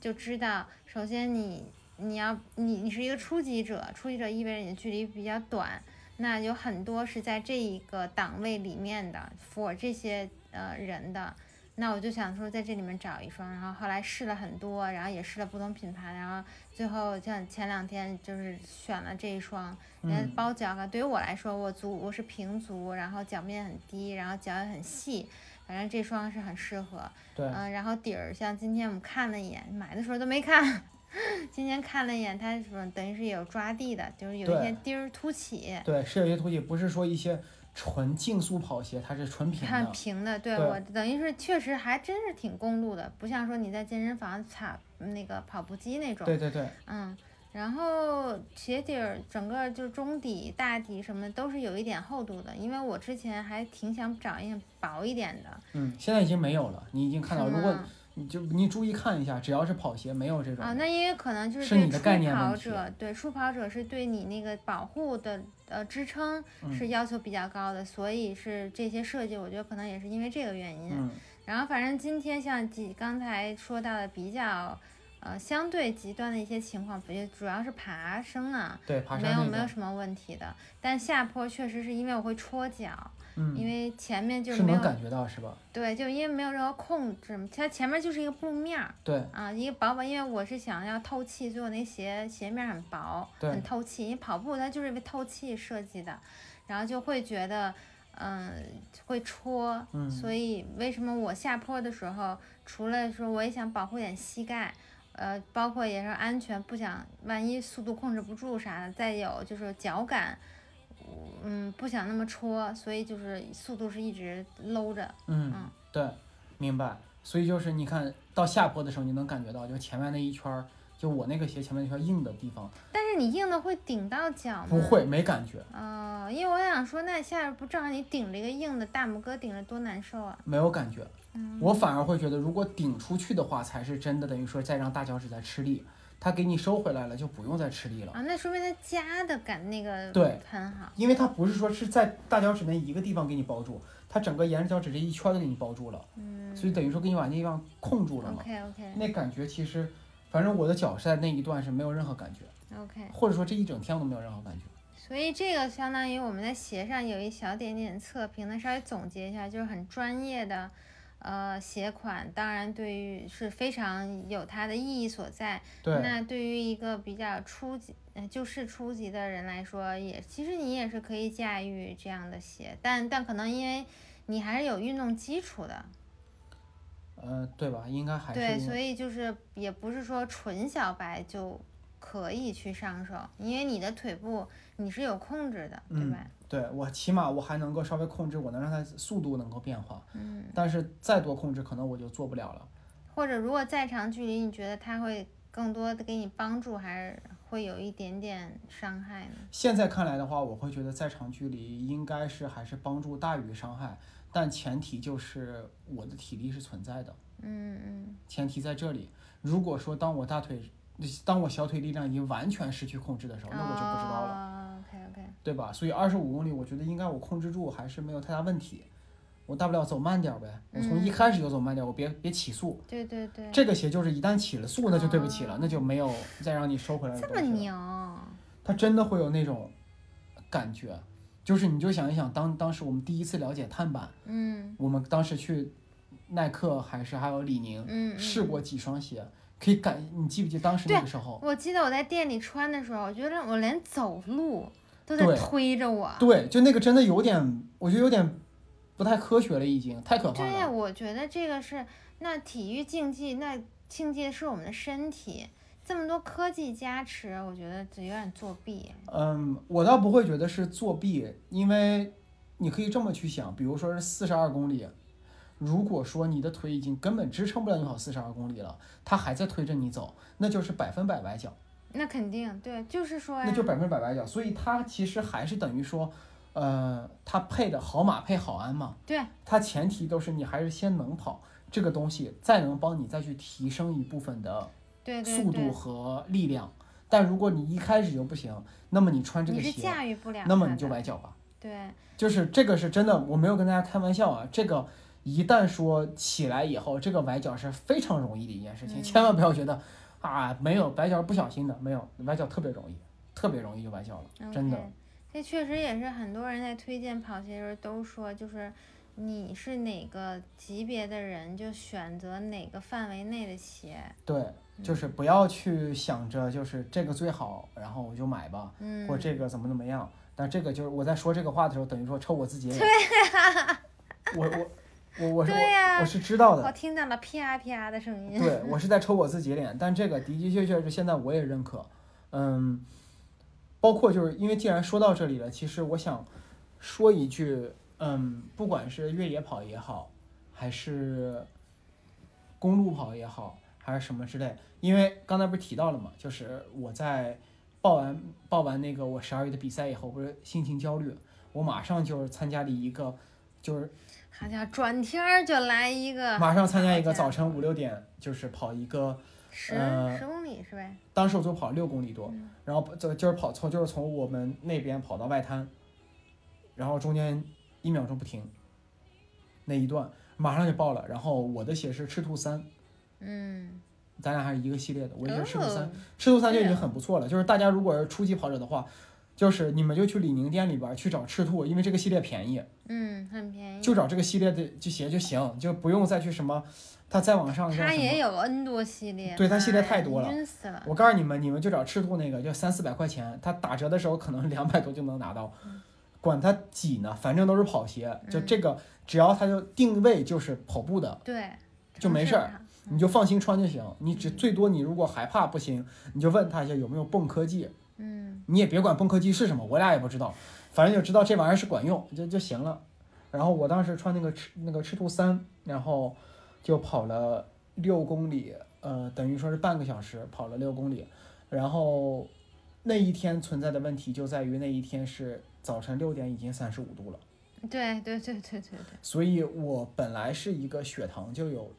B: 就知道首先你你要你你是一个初级者，初级者意味着你的距离比较短，那有很多是在这一个档位里面的 for 这些呃人的。那我就想说，在这里面找一双，然后后来试了很多，然后也试了不同品牌，然后最后像前两天就是选了这一双，人
A: 嗯
B: 家包脚感对于我来说，我足我是平足，然后脚面很低，然后脚也很细，反正这双是很适合。
A: 对，
B: 嗯，然后底儿像今天我们看了一眼，买的时候都没看， 今天看了一眼，它是等于是有抓地的，就是有一些
A: 对
B: 钉儿凸起，
A: 对，是有些东西不是说一些纯竞速跑鞋，它是纯平
B: 看
A: 的，
B: 平的，对
A: 对
B: 我等于是确实还真是挺公路的，不像说你在健身房踩那个跑步机那种，
A: 对对对，
B: 嗯，然后鞋底儿整个就是中底、大底什么的都是有一点厚度的，因为我之前还挺想找一件薄一点的。
A: 嗯，现在已经没有了，你已经看到，
B: 什
A: 如果
B: 么
A: 你就你注意看一下，只要是跑鞋，没有这种
B: 啊，那也有可能就是对
A: 你的
B: 初
A: 概念
B: 跑
A: 问题
B: 者，对初跑者是对你那个保护的呃支撑
A: 嗯
B: 是要求比较高的，所以是这些设计，我觉得可能也是因为这个原因。
A: 嗯
B: 然后反正今天像几刚才说到的比较呃相对极端的一些情况，不就主要是爬升啊，
A: 对爬
B: 没
A: 山
B: 有
A: 那
B: 没有
A: 个，
B: 什么问题的，但下坡确实是因为我会戳脚，因
A: 嗯，
B: 为前面就是没
A: 能
B: 有
A: 感觉到是吧？
B: 对，就因为没有任何控制，它前面就是一个布面儿。
A: 对，
B: 啊，一个薄薄，因为我是想要透气，所以我那鞋鞋面很薄，
A: 对
B: 很透气。因为跑步它就是为透气设计的，然后就会觉得，嗯、会戳。
A: 嗯
B: 所以为什么我下坡的时候，除了说我也想保护点膝盖，呃，包括也是安全，不想万一速度控制不住啥的，再有就是脚感。嗯，不想那么戳，所以就是速度是一直搂着，
A: 嗯
B: 嗯，
A: 对，明白。所以就是你看到下坡的时候，你能感觉到，就前面那一圈儿，就我那个鞋前面那圈硬的地方，
B: 但是你硬的会顶到脚吗？
A: 不会没感觉，
B: 哦，因为我想说，那下边不正好你顶着一个硬的大拇哥顶着多难受啊！
A: 没有感觉。
B: 嗯，
A: 我反而会觉得，如果顶出去的话，才是真的等于说再让大脚趾在吃力，它给你收回来了，就不用再吃力了。
B: 啊，那说明他夹的感那个
A: 对
B: 很好。
A: 因为它不是说是在大脚趾那一个地方给你包住，它整个沿着脚趾这一圈儿都给你包住了，
B: 嗯
A: 所以等于说给你把那地方控住了嘛。
B: ，OK OK
A: 那感觉其实，反正我的脚是在那一段是没有任何感觉，
B: OK，
A: 或者说这一整天我都没有任何感觉。
B: 所以这个相当于我们在鞋上有一小点点测评，那稍微总结一下，就是很专业的。呃，鞋款当然对于是非常有它的意义所在。
A: 对，
B: 那对于一个比较初级，呃，就是初级的人来说，也其实你也是可以驾驭这样的鞋，但但可能因为你还是有运动基础的，
A: 呃，对吧？应该还是
B: 对，
A: 因
B: 所
A: 为
B: 以就是也不是说纯小白就可以去上手，因为你的腿部你是有控制的，对
A: 嗯
B: 吧？
A: 对我起码我还能够稍微控制，我能让它速度能够变化，
B: 嗯，
A: 但是再多控制可能我就做不了了。
B: 或者如果再长距离，你觉得它会更多的给你帮助，还是会有一点点伤害呢？
A: 现在看来的话，我会觉得在长距离应该是还是帮助大于伤害，但前提就是我的体力是存在的，
B: 嗯嗯
A: 前提在这里。如果说当我大腿，当我小腿力量已经完全失去控制的哦时候，那我就不知道
B: 哦
A: 了，
B: 了。OK OK，
A: 对吧？所以二十五公里，我觉得应该我控制住还是没有太大问题。我大不了走慢点儿呗，我
B: 嗯
A: 从一开始就走慢点儿，我别别起速。
B: 对对对。哦
A: 这个鞋就是一旦起了速，那就对不起了，那就没有再让你收回来的
B: 这
A: 东
B: 么
A: 西了。
B: 牛，
A: 它真的会有那种感觉，就是你就想一想，当当时我们第一次了解碳板，
B: 嗯
A: 我们当时去耐克还是还有李宁
B: 嗯，
A: 试
B: 嗯。
A: 过几双鞋，可以感，你记不记得当时那
B: 对
A: 个时候？
B: 我记得我在店里穿的时候，我觉得我连走路都在
A: 对
B: 推着我。
A: 对，就那个真的有点，我觉得有点不太科学了，已经太可怕
B: 对呀，
A: 了。
B: 我觉得这个是那体育竞技，那竞技是我们的身体，这么多科技加持，我觉得这有点作弊。
A: 嗯，我倒不会觉得是作弊，因为你可以这么去想，比如说是四十二公里。如果说你的腿已经根本支撑不了你跑四十二公里了，它还在推着你走，那就是百分百崴脚。
B: 那肯定对，啊就是说
A: 那
B: 呀
A: 就，百分百崴脚。所以它其实还是等于说，呃，它配的好马配好鞍嘛。
B: 对。
A: 它前提都是你还是先能跑这个东西，再能帮你再去提升一部分的
B: 对对
A: 速度
B: 对，
A: 和力量。但如果你一开始就不行，那么你穿这
B: 你
A: 个
B: 是
A: 鞋，
B: 驾驭不了它的。
A: 那么你就崴脚吧。
B: 对，
A: 就是这个是真的，我没有跟大家开玩笑啊。这个一旦说起来以后，这个崴脚是非常容易的一件事情，
B: 嗯
A: 千万不要觉得啊没有崴脚不小心的，没有崴脚特别容易，特别容易就崴脚了。真的
B: OK，这确实也是很多人在推荐跑鞋的时候都说，就是你是哪个级别的人，就选择哪个范围内的鞋。
A: 对，就是
B: 嗯
A: 不要去想着就是这个最好，然后我就买吧，
B: 嗯，
A: 或这个怎么怎么样。但这个就是我在说这个话的时候，等于说抽我自己 脸。我我我我是
B: 对呀、
A: 我我是知道的
B: 我，听到了啪啪的声音。
A: 对我是在抽我自己脸，但这个的的确确是现在我也认可，嗯，包括就是因为既然说到这里了，其实我想说一句，嗯，不管是越野跑也好，还是公路跑也好，还是什么之类，因为刚才不是提到了嘛，就是我在报完报完那个我十二月的比赛以后，不是心情焦虑，我马上就是参加了一个就是
B: 好家伙，转天儿就来一个，
A: 马上参加一个
B: 啊好家伙
A: 早晨五六点，就是跑一个，
B: 十
A: 呃
B: 十公里是呗？
A: 当时我就跑六公里多
B: 嗯，
A: 然后就就是跑从就是从我们那边跑到外滩，然后中间一秒钟不停，那一段马上就爆了。然后我的血是赤兔三，
B: 嗯，
A: 咱俩还是一个系列的，我也是赤兔三
B: 哦，
A: 赤兔三就已
B: 对
A: 经
B: 啊
A: 很不错了。就是大家如果是初级跑者的话，就是你们就去李宁店里边儿去找赤兔，因为这个系列便宜，
B: 嗯，很便宜。
A: 就找这个系列的就鞋就行，就不用再去什么，它再往上叫
B: 它
A: 什么
B: 也。有 N 多系列，
A: 对它
B: 妈
A: 系列
B: 呀
A: 太多了
B: 晕死了。
A: 我告诉你们，你们就找赤兔那个，就三四百块钱，它打折的时候可能 两百多就能拿到，管它几呢，反正都是跑鞋，就
B: 嗯
A: 这个只要它就定位就是跑步的，
B: 对，
A: 就没事儿
B: 尝试它
A: 你就放心穿就行。你只最多你如果害怕不行，你就问他一下有没有泵科技，
B: 嗯，
A: 你也别管泵科技是什么，我俩也不知道，反正就知道这玩意儿是管用就就行了。然后我当时穿那个赤那个赤兔三，然后就跑了六公里，呃，等于说是半个小时跑了六公里。然后那一天存在的问题就在于那一天是早晨六点已经三十五度了，
B: 对对对对对对，
A: 所以我本来是一个血糖就有，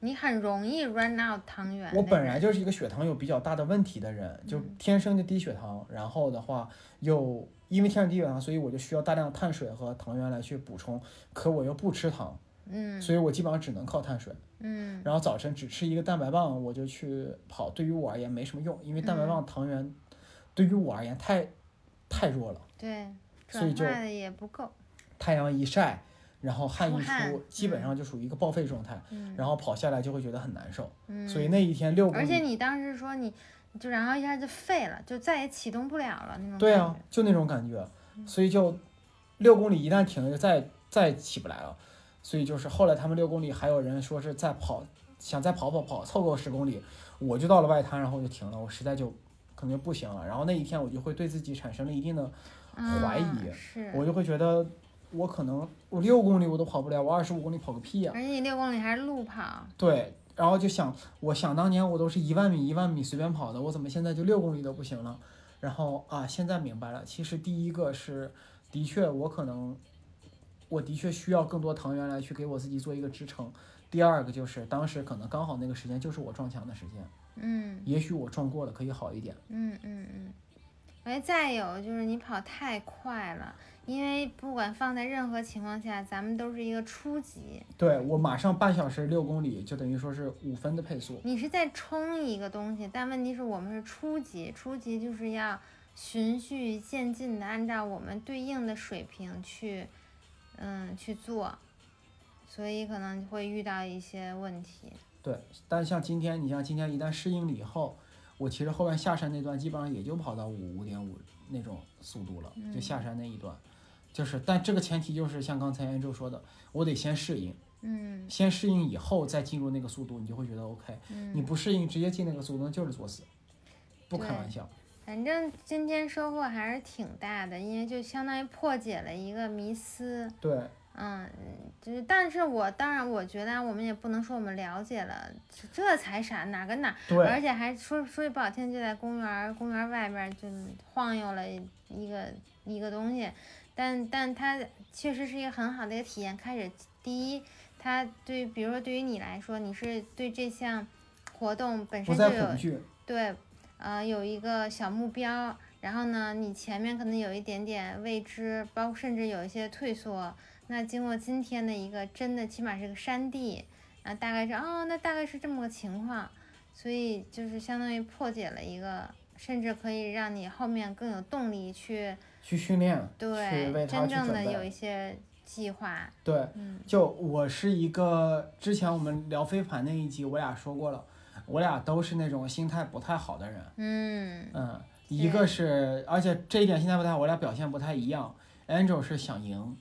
B: 你很容易 run out 汤圆。
A: 我本来就是一个血糖有比较大的问题的人，就
B: 嗯
A: 天生就低血糖，然后的话又因为天生低血糖，所以我就需要大量碳水和糖原来去补充，可我又不吃糖，
B: 嗯
A: 所以我基本上只能靠碳水。
B: 嗯
A: 然后早晨只吃一个蛋白棒，我就去跑，对于我而言没什么用，因为蛋白
B: 嗯
A: 棒糖原对于我而言太太弱了，
B: 对，
A: 所以
B: 转
A: 就
B: 化的也不够。
A: 太阳一晒，然后汗一
B: 出汗
A: 出，基本上就属于一个报废状态，
B: 嗯
A: 然后跑下来就会觉得很难受，
B: 嗯，
A: 所以那一天六公
B: 而且
A: 里。
B: 你当时说你就然后一下就废了，就再也启动不了了那种。
A: 对啊，，就那种感觉，所以就六公里一旦停了，就再再起不来了。所以就是后来他们六公里还有人说是再跑，想再跑跑跑凑够十公里，我就到了外滩，然后我就停了，我实在就可能就不行了。然后那一天我就会对自己产生了一定的，怀疑
B: 嗯、是。
A: 我就会觉得我可能我六公里我都跑不了，我二十五公里跑个屁啊呀、
B: 而且你六公里还是路跑，
A: 对，然后就想，我想当年我都是一万米一万米随便跑的，我怎么现在就六公里都不行了？然后啊，现在明白了，其实第一个是，的确我可能，我的确需要更多糖原来去给我自己做一个支撑。第二个就是当时可能刚好那个时间就是我撞墙的时间，
B: 嗯
A: 也许我撞过了可以好一点。
B: 嗯嗯嗯。而且再有就是你跑太快了，因为不管放在任何情况下，咱们都是一个初级，
A: 对我马上半小时六公里就等于说是五分的配速，
B: 你是在冲一个东西，但问题是我们是初级，初级就是要循序渐进的，按照我们对应的水平去，嗯，去做，所以可能会遇到一些问题。
A: 对。但像今天，你像今天一旦适应了以后，我其实后面下山那段基本上也就跑到五五点五那种速度了，就下山那一段，就是，但这个前提就是像刚才安周说的，我得先适应，
B: 嗯
A: 先适应以后再进入那个速度，你就会觉得 OK。你
B: 嗯，
A: 不适应，直接进那个速度那就是作死，不开
B: 对
A: 玩笑。
B: 反正今天收获还是挺大的，因为就相当于破解了一个迷思。
A: 对，
B: 嗯，就是，但是我当然，我觉得我们也不能说我们了解了，这这才啥哪跟哪，而
A: 对，
B: 且还说说句不好听，就在公园儿公园儿外边儿就晃悠了一个一个东西，但但它确实是一个很好的一个体验。开始第一，它对于比如说对于你来说，你是对这项活动本
A: 不
B: 身就
A: 再
B: 有
A: 恐惧。
B: 对，呃，有一个小目标，然后呢，你前面可能有一点点未知，包括甚至有一些退缩。那经过今天的一个真的，起码是个山地，啊，大概是哦，那大概是这么个情况，所以就是相当于破解了一个，甚至可以让你后面更有动力去
A: 去训练，去为
B: 对
A: 它
B: 真
A: 去
B: 正
A: 准
B: 的有
A: 备。
B: 一些计划，
A: 对，
B: 嗯
A: 就我是一个，之前我们聊飞盘那一集，我俩说过了，我俩都是那种心态不太好的人。
B: 嗯
A: 嗯，一个是，而且这一点心态不太好，我俩表现不太一样。Angel 是想赢，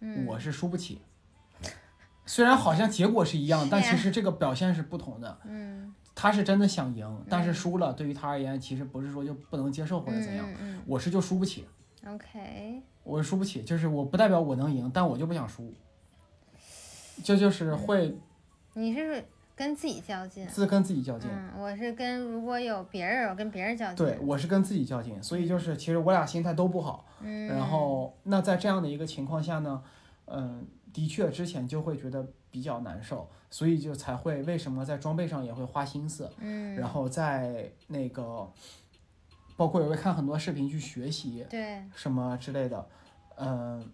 B: 嗯，
A: 我是输不起。虽然好像结果是一样，但其实这个表现是不同的。
B: 嗯
A: 他是真的想赢，但是输了，对于他而言，其实不是说就不能接受或者怎样。
B: 嗯嗯
A: 我是就输不起，
B: 嗯，OK，
A: 我是输不起，就是我不代表我能赢，但我就不想输。这就是会
B: 你是跟自己较劲。
A: 自跟自己较劲。
B: 嗯，我是跟如果有别人，我跟别人较劲。
A: 对，我是跟自己较劲，所以就是其实我俩心态都不好。
B: 嗯，
A: 然后，那在这样的一个情况下呢，嗯，的确之前就会觉得比较难受，所以就才会为什么在装备上也会花心思，
B: 嗯，
A: 然后在那个，包括也会看很多视频去学习
B: 对，
A: 什么之类的，嗯，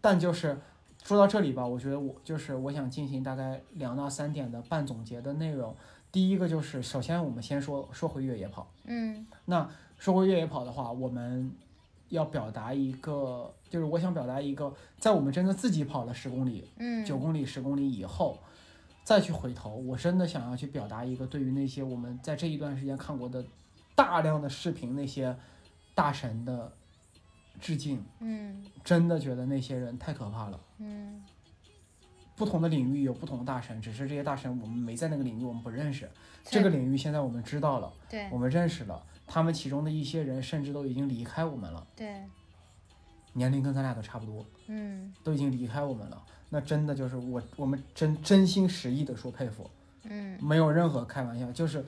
A: 但就是说到这里吧，我觉得我就是我想进行大概两到三点的半总结的内容。第一个就是，首先我们先说说回越野跑。
B: 嗯
A: 说回越野跑的话，我们要表达一个，就是我想表达一个，在我们真的自己跑了十公里、
B: 嗯，
A: 九公里、十公里以后，再去回头，我真的想要去表达一个对于那些我们在这一段时间看过的大量的视频那些大神的致敬。
B: 嗯
A: 真的觉得那些人太可怕了。
B: 嗯
A: 不同的领域有不同的大神，只是这些大神我们没在那个领域，我们不认识。
B: 对
A: 这个领域现在我们知道了，
B: 对
A: 我们认识了，他们其中的一些人甚至都已经离开我们了，
B: 对，
A: 年龄跟咱俩都差不多，
B: 嗯
A: 都已经离开我们了。那真的就是我，我们真真心实意的说佩服，
B: 嗯
A: 没有任何开玩笑，就是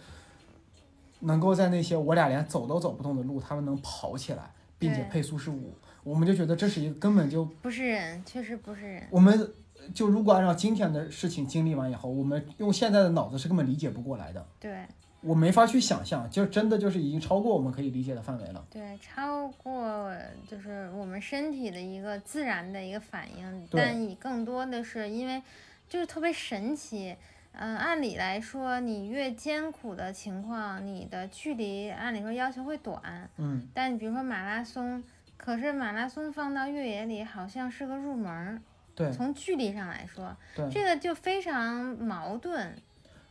A: 能够在那些我俩连走都走不动的路，他们能跑起来，并且
B: 对
A: 配速是五，我们就觉得这是一个根本就
B: 不是人，确实不是人，
A: 我们就如果按照今天的事情经历完以后，我们用现在的脑子是根本理解不过来的，
B: 对
A: 我没法去想象，就真的就是已经超过我们可以理解的范围了。
B: 对，超过就是我们身体的一个自然的一个反应，
A: 对
B: 但你更多的是因为就是特别神奇。嗯，按理来说，你越艰苦的情况，你的距离按理说要求会短，
A: 嗯，
B: 但你比如说马拉松，可是马拉松放到越野里好像是个入门儿，
A: 对
B: 从距离上来说，
A: 对，
B: 这个就非常矛盾。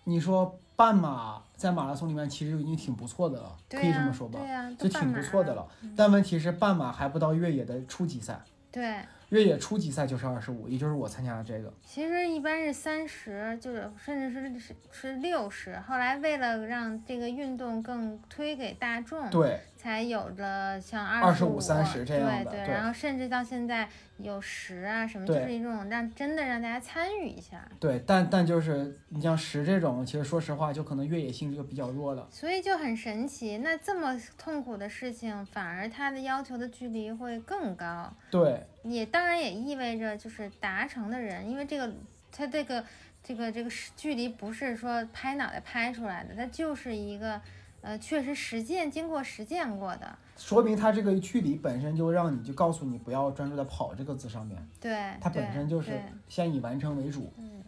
A: 你说半马在马拉松里面其实就已经挺不错的了，
B: 对
A: 可以这
B: 呀
A: 么说吧
B: 对，呀、都
A: 就
B: 半
A: 挺
B: 马嗯
A: 不错的
B: 了。
A: 了。但问题是半马还不到越野的初级赛，
B: 对，
A: 越野初级赛就是二十五，也就是我参加的这个。
B: 其实一般是三十，就是甚至是是是六十。后来为了让这个运动更推给大众，
A: 对，
B: 才有了像
A: 25 30这样的
B: 对
A: 对
B: 然后甚至到现在有十啊什么，就
A: 对
B: 是一种让真的让大家参与一下。
A: 对，但但就是你像十这种，其实说实话，就可能越野性质就比较弱了。
B: 所以就很神奇，那这么痛苦的事情，反而它的要求的距离会更高，
A: 对，
B: 也当然也意味着就是达成的人，因为这个它这个这个这个是距离不是说拍脑袋拍出来的，它就是一个呃确实实践经过实践过的，
A: 说明它这个距离本身就让你就告诉你不要专注在跑这个字上面，
B: 对，
A: 它本
B: 对
A: 身就是
B: 嗯对
A: 先以完成为主，
B: 嗯，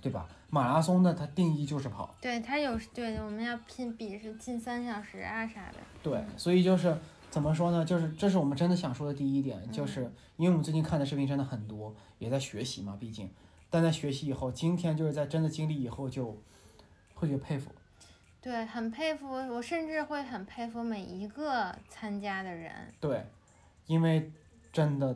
A: 对吧？马拉松呢，它定义就是跑，
B: 对，它有对我们要拼比是近三小时啊啥的，
A: 对，所以就是怎么说呢？就是这是我们真的想说的第一点，
B: 嗯
A: 就是因为我们最近看的视频真的很多，也在学习嘛，毕竟，但在学习以后，今天就是在真的经历以后就会觉得佩服，
B: 对，很佩服，我甚至会很佩服每一个参加的人。
A: 对，因为真的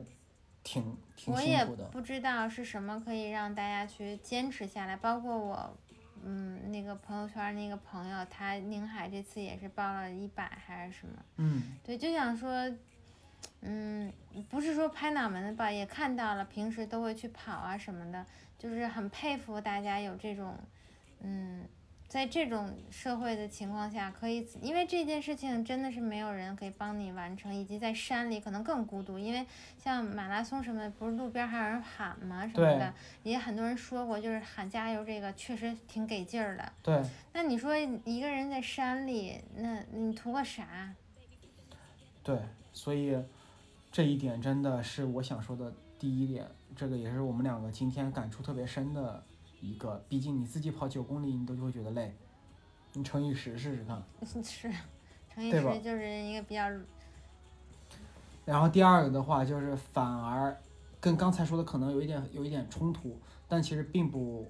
A: 挺挺
B: 我
A: 辛
B: 也
A: 苦的，
B: 不知道是什么可以让大家去坚持下来，包括我，嗯，那个朋友圈儿那个朋友，他宁海这次也是报了一百还是什么，
A: 嗯，
B: 对，就想说，嗯，不是说拍脑门子吧，也看到了，平时都会去跑啊什么的，就是很佩服大家有这种，嗯，在这种社会的情况下，可以，因为这件事情真的是没有人可以帮你完成，以及在山里可能更孤独，因为像马拉松什么的，不是路边还有人喊吗？什么
A: 对
B: 的，也很多人说过，就是喊加油这个确实挺给劲儿的。
A: 对。
B: 那你说一个人在山里，那你图个啥？啊
A: 对，所以这一点真的是我想说的第一点，这个也是我们两个今天感触特别深的一个。毕竟你自己跑九公里，你都就会觉得累，你乘以十试试看。
B: 是，乘以
A: 对吧
B: 十就是一个比较，
A: 然后第二个的话，就是反而跟刚才说的可能有一点有一点冲突，但其实并不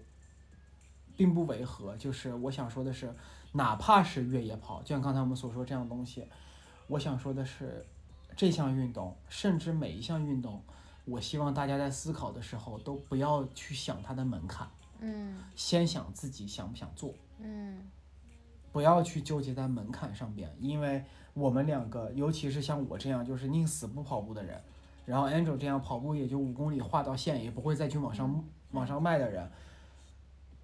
A: 并不违和。就是我想说的是，哪怕是越野跑，就像刚才我们所说这样的东西，我想说的是，这项运动，甚至每一项运动，我希望大家在思考的时候都不要去想它的门槛，
B: 嗯
A: 先想自己想不想做。
B: 嗯
A: 不要去纠结在门槛上边，因为我们两个，尤其是像我这样就是宁死不跑步的人，然后 Angel 这样跑步也就五公里画到线，也不会再去往上往上迈的人，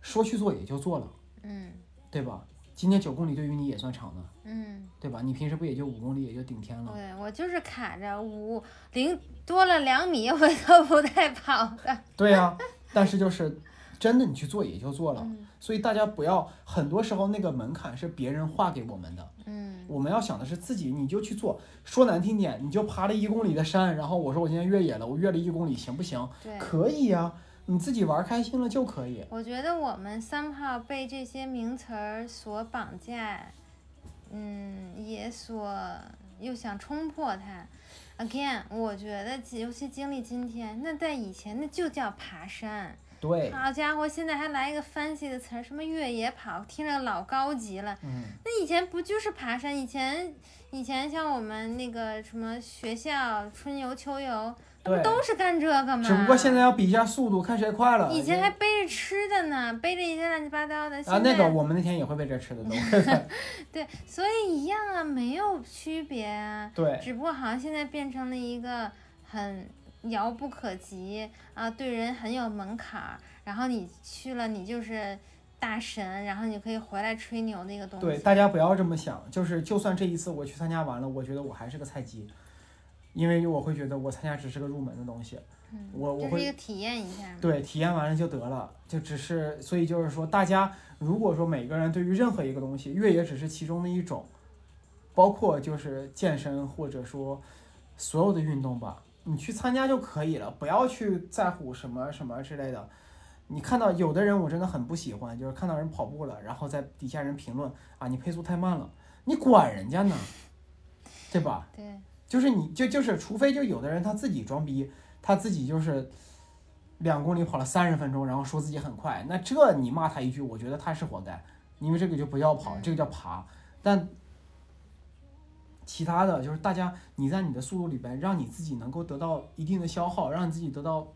A: 说去做也就做了，
B: 嗯，
A: 对吧？今天九公里对于你也算长呢，
B: 嗯，
A: 对吧？你平时不也就五公里，也就顶天了。
B: 对我就是卡着五零多了两米， 我都不带跑的。
A: 对呀、但是就是真的，你去做也就做了。
B: 嗯
A: 所以大家不要，很多时候那个门槛是别人画给我们的，
B: 嗯
A: 我们要想的是自己，你就去做。说难听点，你就爬了一公里的山，然后我说我今天越野了，我越了一公里，行不行？
B: 对，
A: 可以呀、你自己玩开心了就可以。
B: 我觉得我们 somehow 被这些名词儿所绑架，嗯，也所又想冲破它。Again，我觉得尤其经历今天，那在以前那就叫爬山，
A: 对，
B: 好家伙，现在还来一个 fancy 的词儿，什么越野跑，听着老高级了。
A: 嗯，
B: 那以前不就是爬山？以前以前像我们那个什么学校春游秋游，那
A: 对
B: 不。都是干这个吗？
A: 只不过现在要比一下速度，看谁快了。
B: 以前还背着吃的呢，背着一些乱七八糟的。
A: 啊，
B: 现在
A: 那个我们那天也会被这吃的都
B: 对，所以一样啊，没有区别啊，
A: 对，
B: 只不过好像现在变成了一个很遥不可及啊，对人很有门槛儿。然后你去了，你就是大神，然后你可以回来吹牛的一个东西。
A: 对，大家不要这么想，就是就算这一次我去参加完了，我觉得我还是个菜鸡，因为我会觉得我参加只是个入门的东西，
B: 嗯，
A: 我我
B: 就是
A: 会
B: 一个体验一下嘛。
A: 对，体验完了就得了，就只是，所以就是说，大家如果说每个人对于任何一个东西，越野只是其中的一种，包括就是健身或者说所有的运动吧，你去参加就可以了，不要去在乎什么什么之类的。你看到有的人我真的很不喜欢，就是看到人跑步了，然后在底下人评论啊，你配速太慢了，你管人家呢，对吧？
B: 对，
A: 就是你就就是，除非就有的人他自己装逼，他自己就是两公里跑了三十分钟，然后说自己很快，那这你骂他一句，我觉得他是活该，因为这个就不叫跑，这个叫爬。但其他的就是大家你在你的速度里边，让你自己能够得到一定的消耗，让你自己得到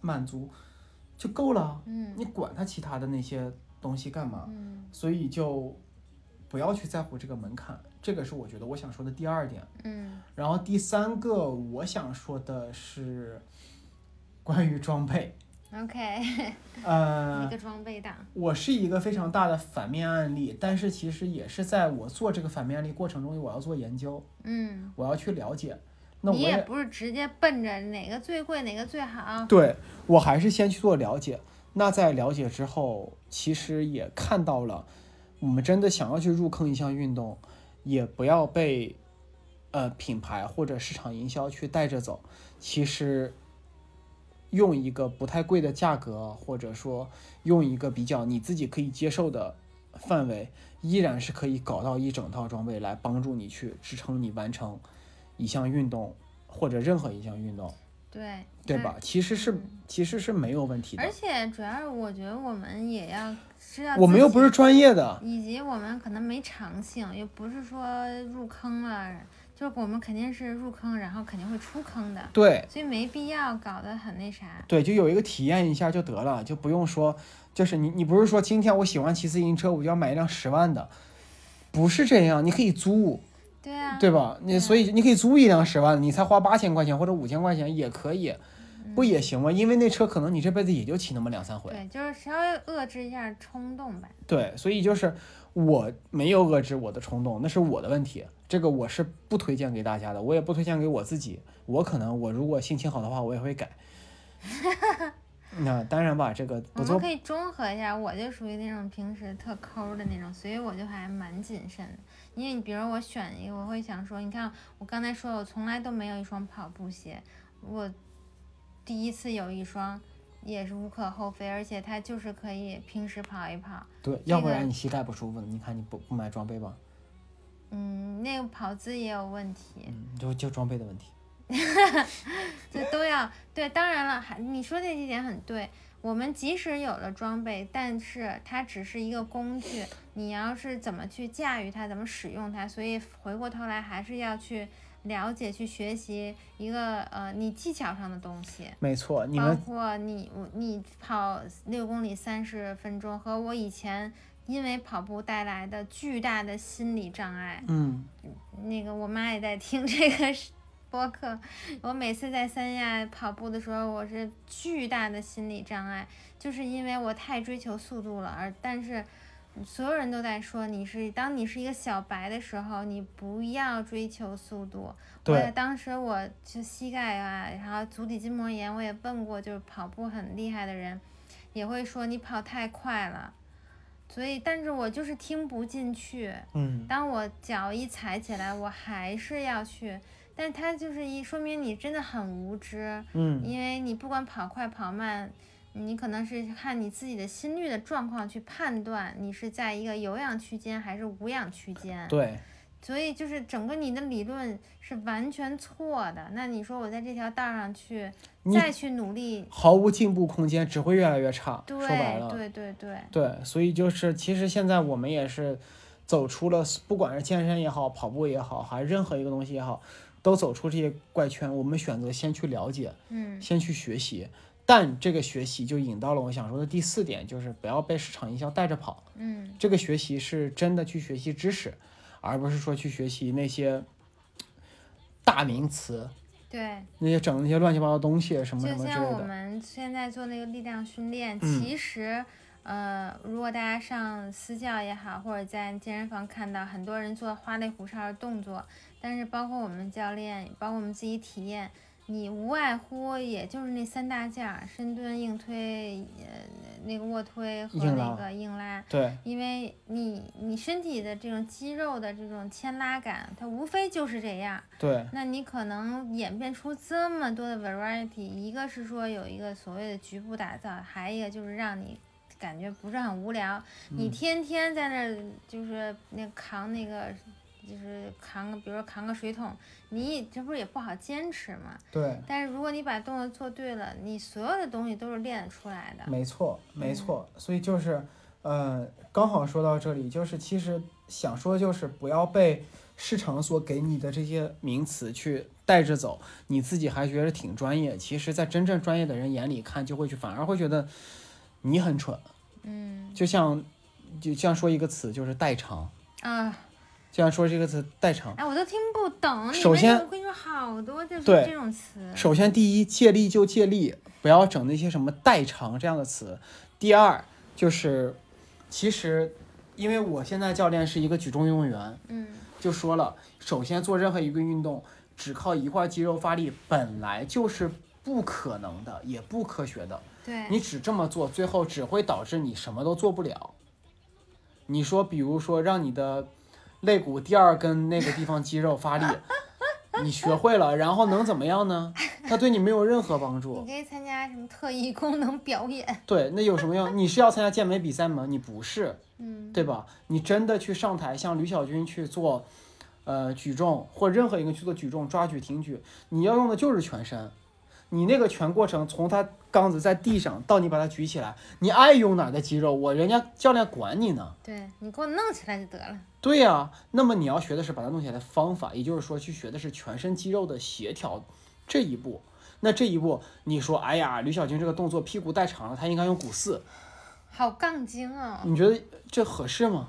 A: 满足就够了，
B: 嗯
A: 你管他其他的那些东西干嘛？
B: 嗯
A: 所以就不要去在乎这个门槛，这个是我觉得我想说的第二点。
B: 嗯
A: 然后第三个我想说的是关于装备，
B: ，OK，一
A: 呃，
B: 个装备党。
A: 我是一个非常大的反面案例，但是其实也是在我做这个反面案例过程中，我要做研究，
B: 嗯，
A: 我要去了解。那我
B: 你也不是直接奔着哪个最贵哪个最好。
A: 对我还是先去做了解。那在了解之后，其实也看到了，我们真的想要去入坑一项运动，也不要被呃品牌或者市场营销去带着走。其实用一个不太贵的价格，或者说用一个比较你自己可以接受的范围，依然是可以搞到一整套装备来帮助你去支撑你完成一项运动或者任何一项运动。
B: 对
A: 对吧？？其实是
B: 嗯
A: 其实是没有问题
B: 而
A: 的，
B: 且主要是我觉得我们也要知道，
A: 我们又不是，专业的，
B: 以及我们可能没长性，又不是说入坑了，就是我们肯定是入坑，然后肯定会出坑的，
A: 对
B: 所以没必要搞得很那啥。
A: 对，就有一个体验一下就得了，就不用说，就是你你不是说今天我喜欢骑自行车，我就要买一辆十万的，不是这样，你可以租，
B: 对啊，
A: 对吧？你
B: 对
A: 所以你可以租一辆十万的，你才花八千块钱或者五千块钱也可以，不也行吗？因为那车可能你这辈子也就骑那么两三回，
B: 嗯对，就是稍微遏制一下冲动吧。
A: 对，所以就是我没有遏制我的冲动，那是我的问题，这个我是不推荐给大家的，我也不推荐给我自己。我可能我如果心情好的话，我也会 改。那当然吧，这个
B: 我
A: 不
B: 们
A: 做
B: 可以综合一下，我就属于那种平时特抠的那种，所以我就还蛮谨慎的。因为你比如我选一个，我会想说，你看我刚才说我从来都没有一双跑步鞋，我第一次有一双，也是无可厚非，而且它就是可以平时跑一跑。
A: 对，要不
B: 这个
A: 然你膝盖不舒服，你看你不不买装备吧，
B: 嗯，那个跑姿也有问题，
A: 嗯，就就装备的问题。
B: 这都要对。当然了，还你说这几点很对。我们即使有了装备，但是它只是一个工具，你要是怎么去驾驭它，怎么使用它，所以回过头来还是要去了解、去学习一个呃你技巧上的东西。
A: 没错，你
B: 包
A: 们
B: 括你我你跑六公里三十分钟，和我以前因为跑步带来的巨大的心理障碍，
A: 嗯，
B: 那个我妈也在听这个是播客。我每次在三亚跑步的时候，我是巨大的心理障碍，就是因为我太追求速度了，而但是所有人都在说，你是当你是一个小白的时候，你不要追求速度。我也
A: 对，
B: 当时我就膝盖啊，然后足底筋膜炎，我也问过，就是跑步很厉害的人，也会说你跑太快了。所以，但是我就是听不进去。
A: 嗯，
B: 当我脚一踩起来，我还是要去。但它就是一说明你真的很无知，
A: 嗯，
B: 因为你不管跑快跑慢，你可能是看你自己的心率的状况去判断你是在一个有氧区间还是无氧区间。
A: 对，
B: 所以就是整个你的理论是完全错的。那你说我在这条道上去
A: 你
B: 再去努力，
A: 毫无进步空间，只会越来越差。
B: 对
A: 说白了，
B: 对对对，
A: 对，所以就是其实现在我们也是走出了，不管是健身也好，跑步也好，还是任何一个东西也好，都走出这些怪圈。我们选择先去了解，
B: 嗯
A: 先去学习。但这个学习就引到了我想说的第四点，就是不要被市场营销带着跑。
B: 嗯
A: 这个学习是真的去学习知识，而不是说去学习那些大名词，
B: 对，
A: 那些整那些乱七八糟东西什么什
B: 就
A: 么之
B: 像
A: 类
B: 我
A: 的。
B: 们现在做那个力量训练，
A: 嗯
B: 其实。呃，如果大家上私教也好，或者在健身房看到很多人做花里胡哨的动作，但是包括我们教练，包括我们自己体验，你无外乎也就是那三大件儿：深蹲、硬推、呃那个卧推和
A: 硬
B: 那
A: 拉
B: 个硬拉。
A: 对
B: 因为你你身体的这种肌肉的这种牵拉感，它无非就是这样。
A: 对
B: 那你可能演变出这么多的 variety，一个是说有一个所谓的局部打造，还有一个就是让你感觉不是很无聊，
A: 嗯
B: 你天天在那儿就是那扛那个。就是扛个，比如说扛个水桶，你这不是也不好坚持嘛？
A: 对，
B: 但是如果你把动作做对了，你所有的东西都是练得出来的。
A: 没错，没
B: 嗯
A: 错。所以就是，呃，刚好说到这里，就是其实想说就是不要被市场所给你的这些名词去带着走，你自己还觉得挺专业，其实，在真正专业的人眼里看，就会去反而会觉得你很蠢。
B: 嗯
A: 就像，就像说一个词就是代偿，
B: 啊，
A: 就像说这个词代偿。
B: 哎，我都听不懂。你
A: 首
B: 们
A: 先
B: 我跟你说，好多就是
A: 对
B: 这种词。
A: 首先，第一，借力就借力，不要整那些什么代偿这样的词。第二，就是其实，因为我现在教练是一个举重运动员，
B: 嗯
A: 就说了，首先做任何一个运动，只靠一块肌肉发力本来就是不可能的，也不科学的。，
B: 对，
A: 你只这么做，最后只会导致你什么都做不了。你说，比如说让你的肋骨第二根那个地方肌肉发力，你学会了，然后能怎么样呢？它对你没有任何帮
B: 你
A: 助。
B: 可以参加什么特异功能表演？
A: 对，那有什么用？你是要参加健美比赛吗？你不是，
B: 嗯，
A: 对吧？你真的去上台，像吕小军去做，呃，举重，或任何一个去做举重、抓举、挺举，你要用的就是全身。你那个全过程，从他杠子在地上到你把它举起来，你爱用哪儿的肌肉，我人家教练管你呢。
B: 对你给我弄起来就得了。
A: 对呀、那么你要学的是把它弄起来的方法，也就是说去学的是全身肌肉的协调这一步。那这一步，你说，哎呀，吕小军这个动作屁股带长了，他应该用股四，
B: 好杠精哦！
A: 你觉得这合适吗？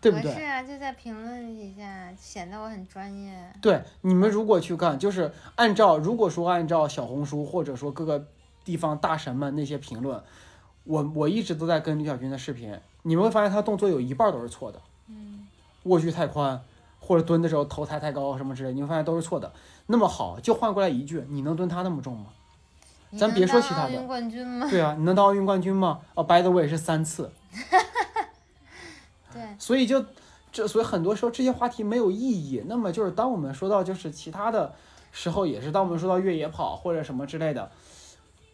A: 对不
B: 合
A: 对
B: 适？啊，就在评论一下，显得我很专业。
A: 对，你们如果去干，就是按照如果说按照小红书或者说各个地方大神们那些评论，我我一直都在跟吕小军的视频，你们会发现他动作有一半都是错的，
B: 嗯，
A: 握距太宽或者蹲的时候头抬太高什么之类，你会发现都是错的。那么好，就换过来一句，你能蹲他那么重吗？
B: 你
A: 咱
B: 能
A: 别说
B: 当
A: 其他
B: 奥
A: 的
B: 运冠军吗？
A: 对啊，你能当奥运冠军吗？哦、b y the way 是三次，
B: 对，
A: 所以就这，所以很多时候这些话题没有意义。那么就是当我们说到就是其他的时候，也是当我们说到越野跑或者什么之类的，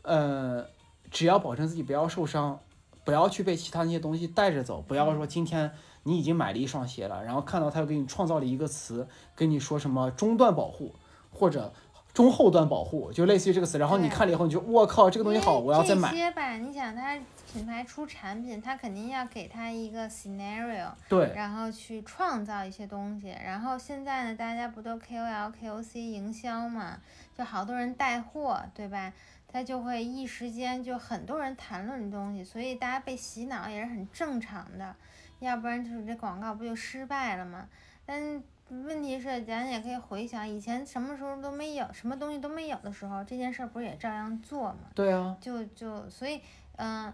A: 呃，只要保证自己不要受伤，不要去被其他那些东西带着走，不要说今天你已经买了一双鞋了，然后看到他又给你创造了一个词，跟你说什么中段保护或者。中后段保护就类似于这个词，然后你
B: 对
A: 看了以后，你就我靠，这
B: 这
A: 个东西好，我要再
B: 这
A: 买。
B: 些吧，你想它品牌出产品，它肯定要给它一个 scenario，
A: 对
B: 然后去创造一些东西。然后现在呢，大家不都 KOL、KOC 营销嘛，就好多人带货，对吧？他就会一时间就很多人谈论这东西，所以大家被洗脑也是很正常的，要不然就是这广告不就失败了吗？但问题是，咱也可以回想以前什么时候都没有，什么东西都没有的时候，这件事儿不是也照样做吗？
A: 对啊，
B: 就就所以，嗯、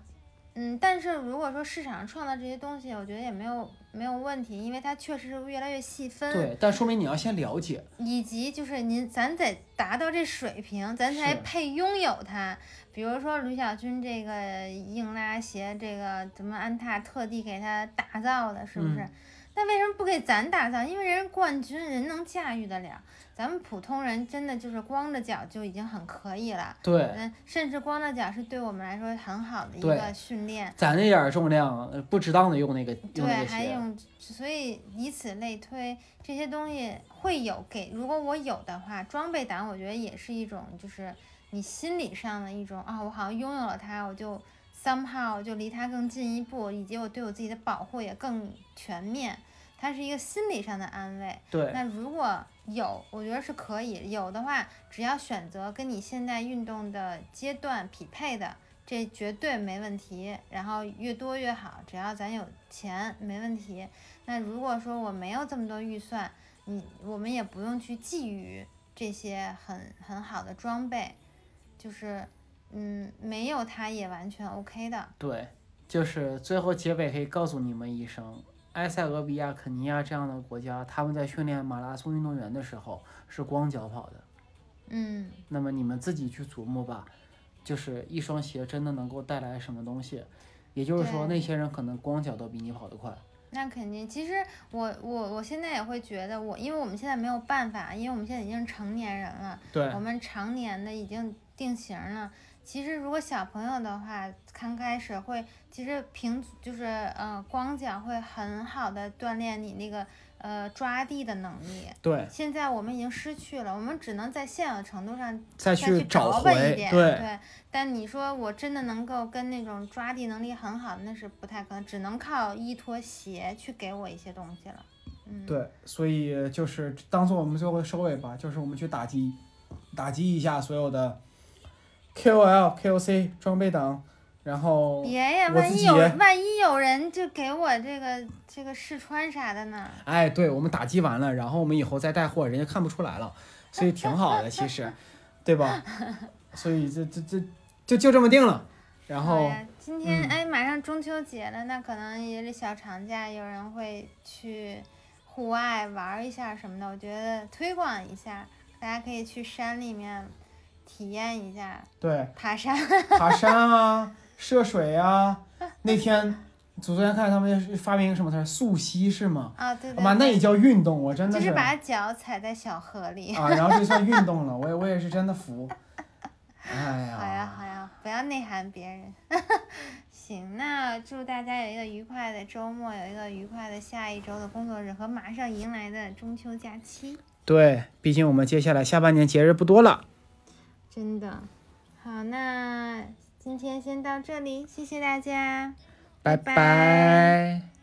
B: 嗯，但是如果说市场上创造这些东西，我觉得也没有没有问题，因为它确实是越来越细分，
A: 对，但说明你要先了解，
B: 以及就是您咱得达到这水平，咱才
A: 是
B: 配拥有它。比如说吕小军这个硬拉鞋，这个咱们安踏特地给他打造的，是不是？
A: 嗯
B: 那为什么不给咱打造？因为人家冠军，人能驾驭得了。咱们普通人真的就是光着脚就已经很可以了，
A: 对，
B: 嗯，甚至光着脚是对我们来说很好的一
A: 对
B: 个训练。
A: 攒那点儿重量，呃不值当的用那个
B: 对
A: 用那，个
B: 还
A: 鞋，
B: 用，所以以此类推，这些东西会有给。如果我有的话，装备党我觉得也是一种，就是你心理上的一种啊，我好像拥有了它，我就 somehow 就离它更进一步，以及我对我自己的保护也更全面。它是一个心理上的安慰。
A: 对，
B: 那如果有，我觉得是可以有的话，只要选择跟你现在运动的阶段匹配的，这绝对没问题。然后越多越好，只要咱有钱没问题。那如果说我没有这么多预算，你我们也不用去觊觎这些很很好的装备，就是嗯，没有它也完全 OK 的。
A: 对，就是最后结尾可以告诉你们一声，埃塞俄比亚、肯尼亚这样的国家，他们在训练马拉松运动员的时候是光脚跑的，
B: 嗯，
A: 那么你们自己去琢磨吧，就是一双鞋真的能够带来什么东西，也就是说
B: 对
A: 那些人可能光脚都比你跑得快，
B: 那肯定，其实我我我现在也会觉得我，因为我们现在没有办法，因为我们现在已经是成年人了，
A: 对
B: 我们常年的已经定型了。其实如果小朋友的话，刚开始会，其实平就是呃光脚会很好的锻炼你那个呃抓地的能力。
A: 对，
B: 现在我们已经失去了，我们只能在现有程度上
A: 再
B: 嗯再去
A: 找
B: 找
A: 回，
B: 一遍，
A: 对
B: 但你说我真的能够跟那种抓地能力很好，那是不太可能，只能靠依托鞋去给我一些东西了。嗯，
A: 对，所以就是当做我们最后的收尾吧，就是我们去打击，打击一下所有的 KOL、KOC 装备党，然后
B: 别呀，
A: 我
B: 万
A: 自
B: 一
A: 己
B: 有
A: 也
B: 万一有人就给我这个这个试穿啥的呢？
A: 哎，对我们打击完了，然后我们以后再带货，人家看不出来了，所以挺好的，其 实，对吧？所以这这这就就这么定了，然
B: 好
A: 后
B: 哎呀，今天、
A: 嗯
B: 哎，马上中秋节了，那可能也是小长假，有人会去户外玩一下什么的。我觉得推广一下，大家可以去山里面体验一下
A: 对
B: 爬山。
A: 爬山啊、涉水啊，那天昨天看他们发明一个什么词儿，溯溪是吗？
B: 啊、对对对，
A: 妈，那也叫运动，我真的
B: 就是是把脚踩在小河里。
A: 啊，然后就算运动了，我也我也是真的服。哎
B: 好呀
A: 呀，
B: 好呀，不要内涵别人。 行，那祝大家有一个愉快的周末，有一个愉快的下一周的工作日和马上迎来的中秋假期。
A: 对，毕竟我们接下来下半年节日不多了，
B: 真的，好，那今天先到这里，谢谢大家，拜
A: 拜拜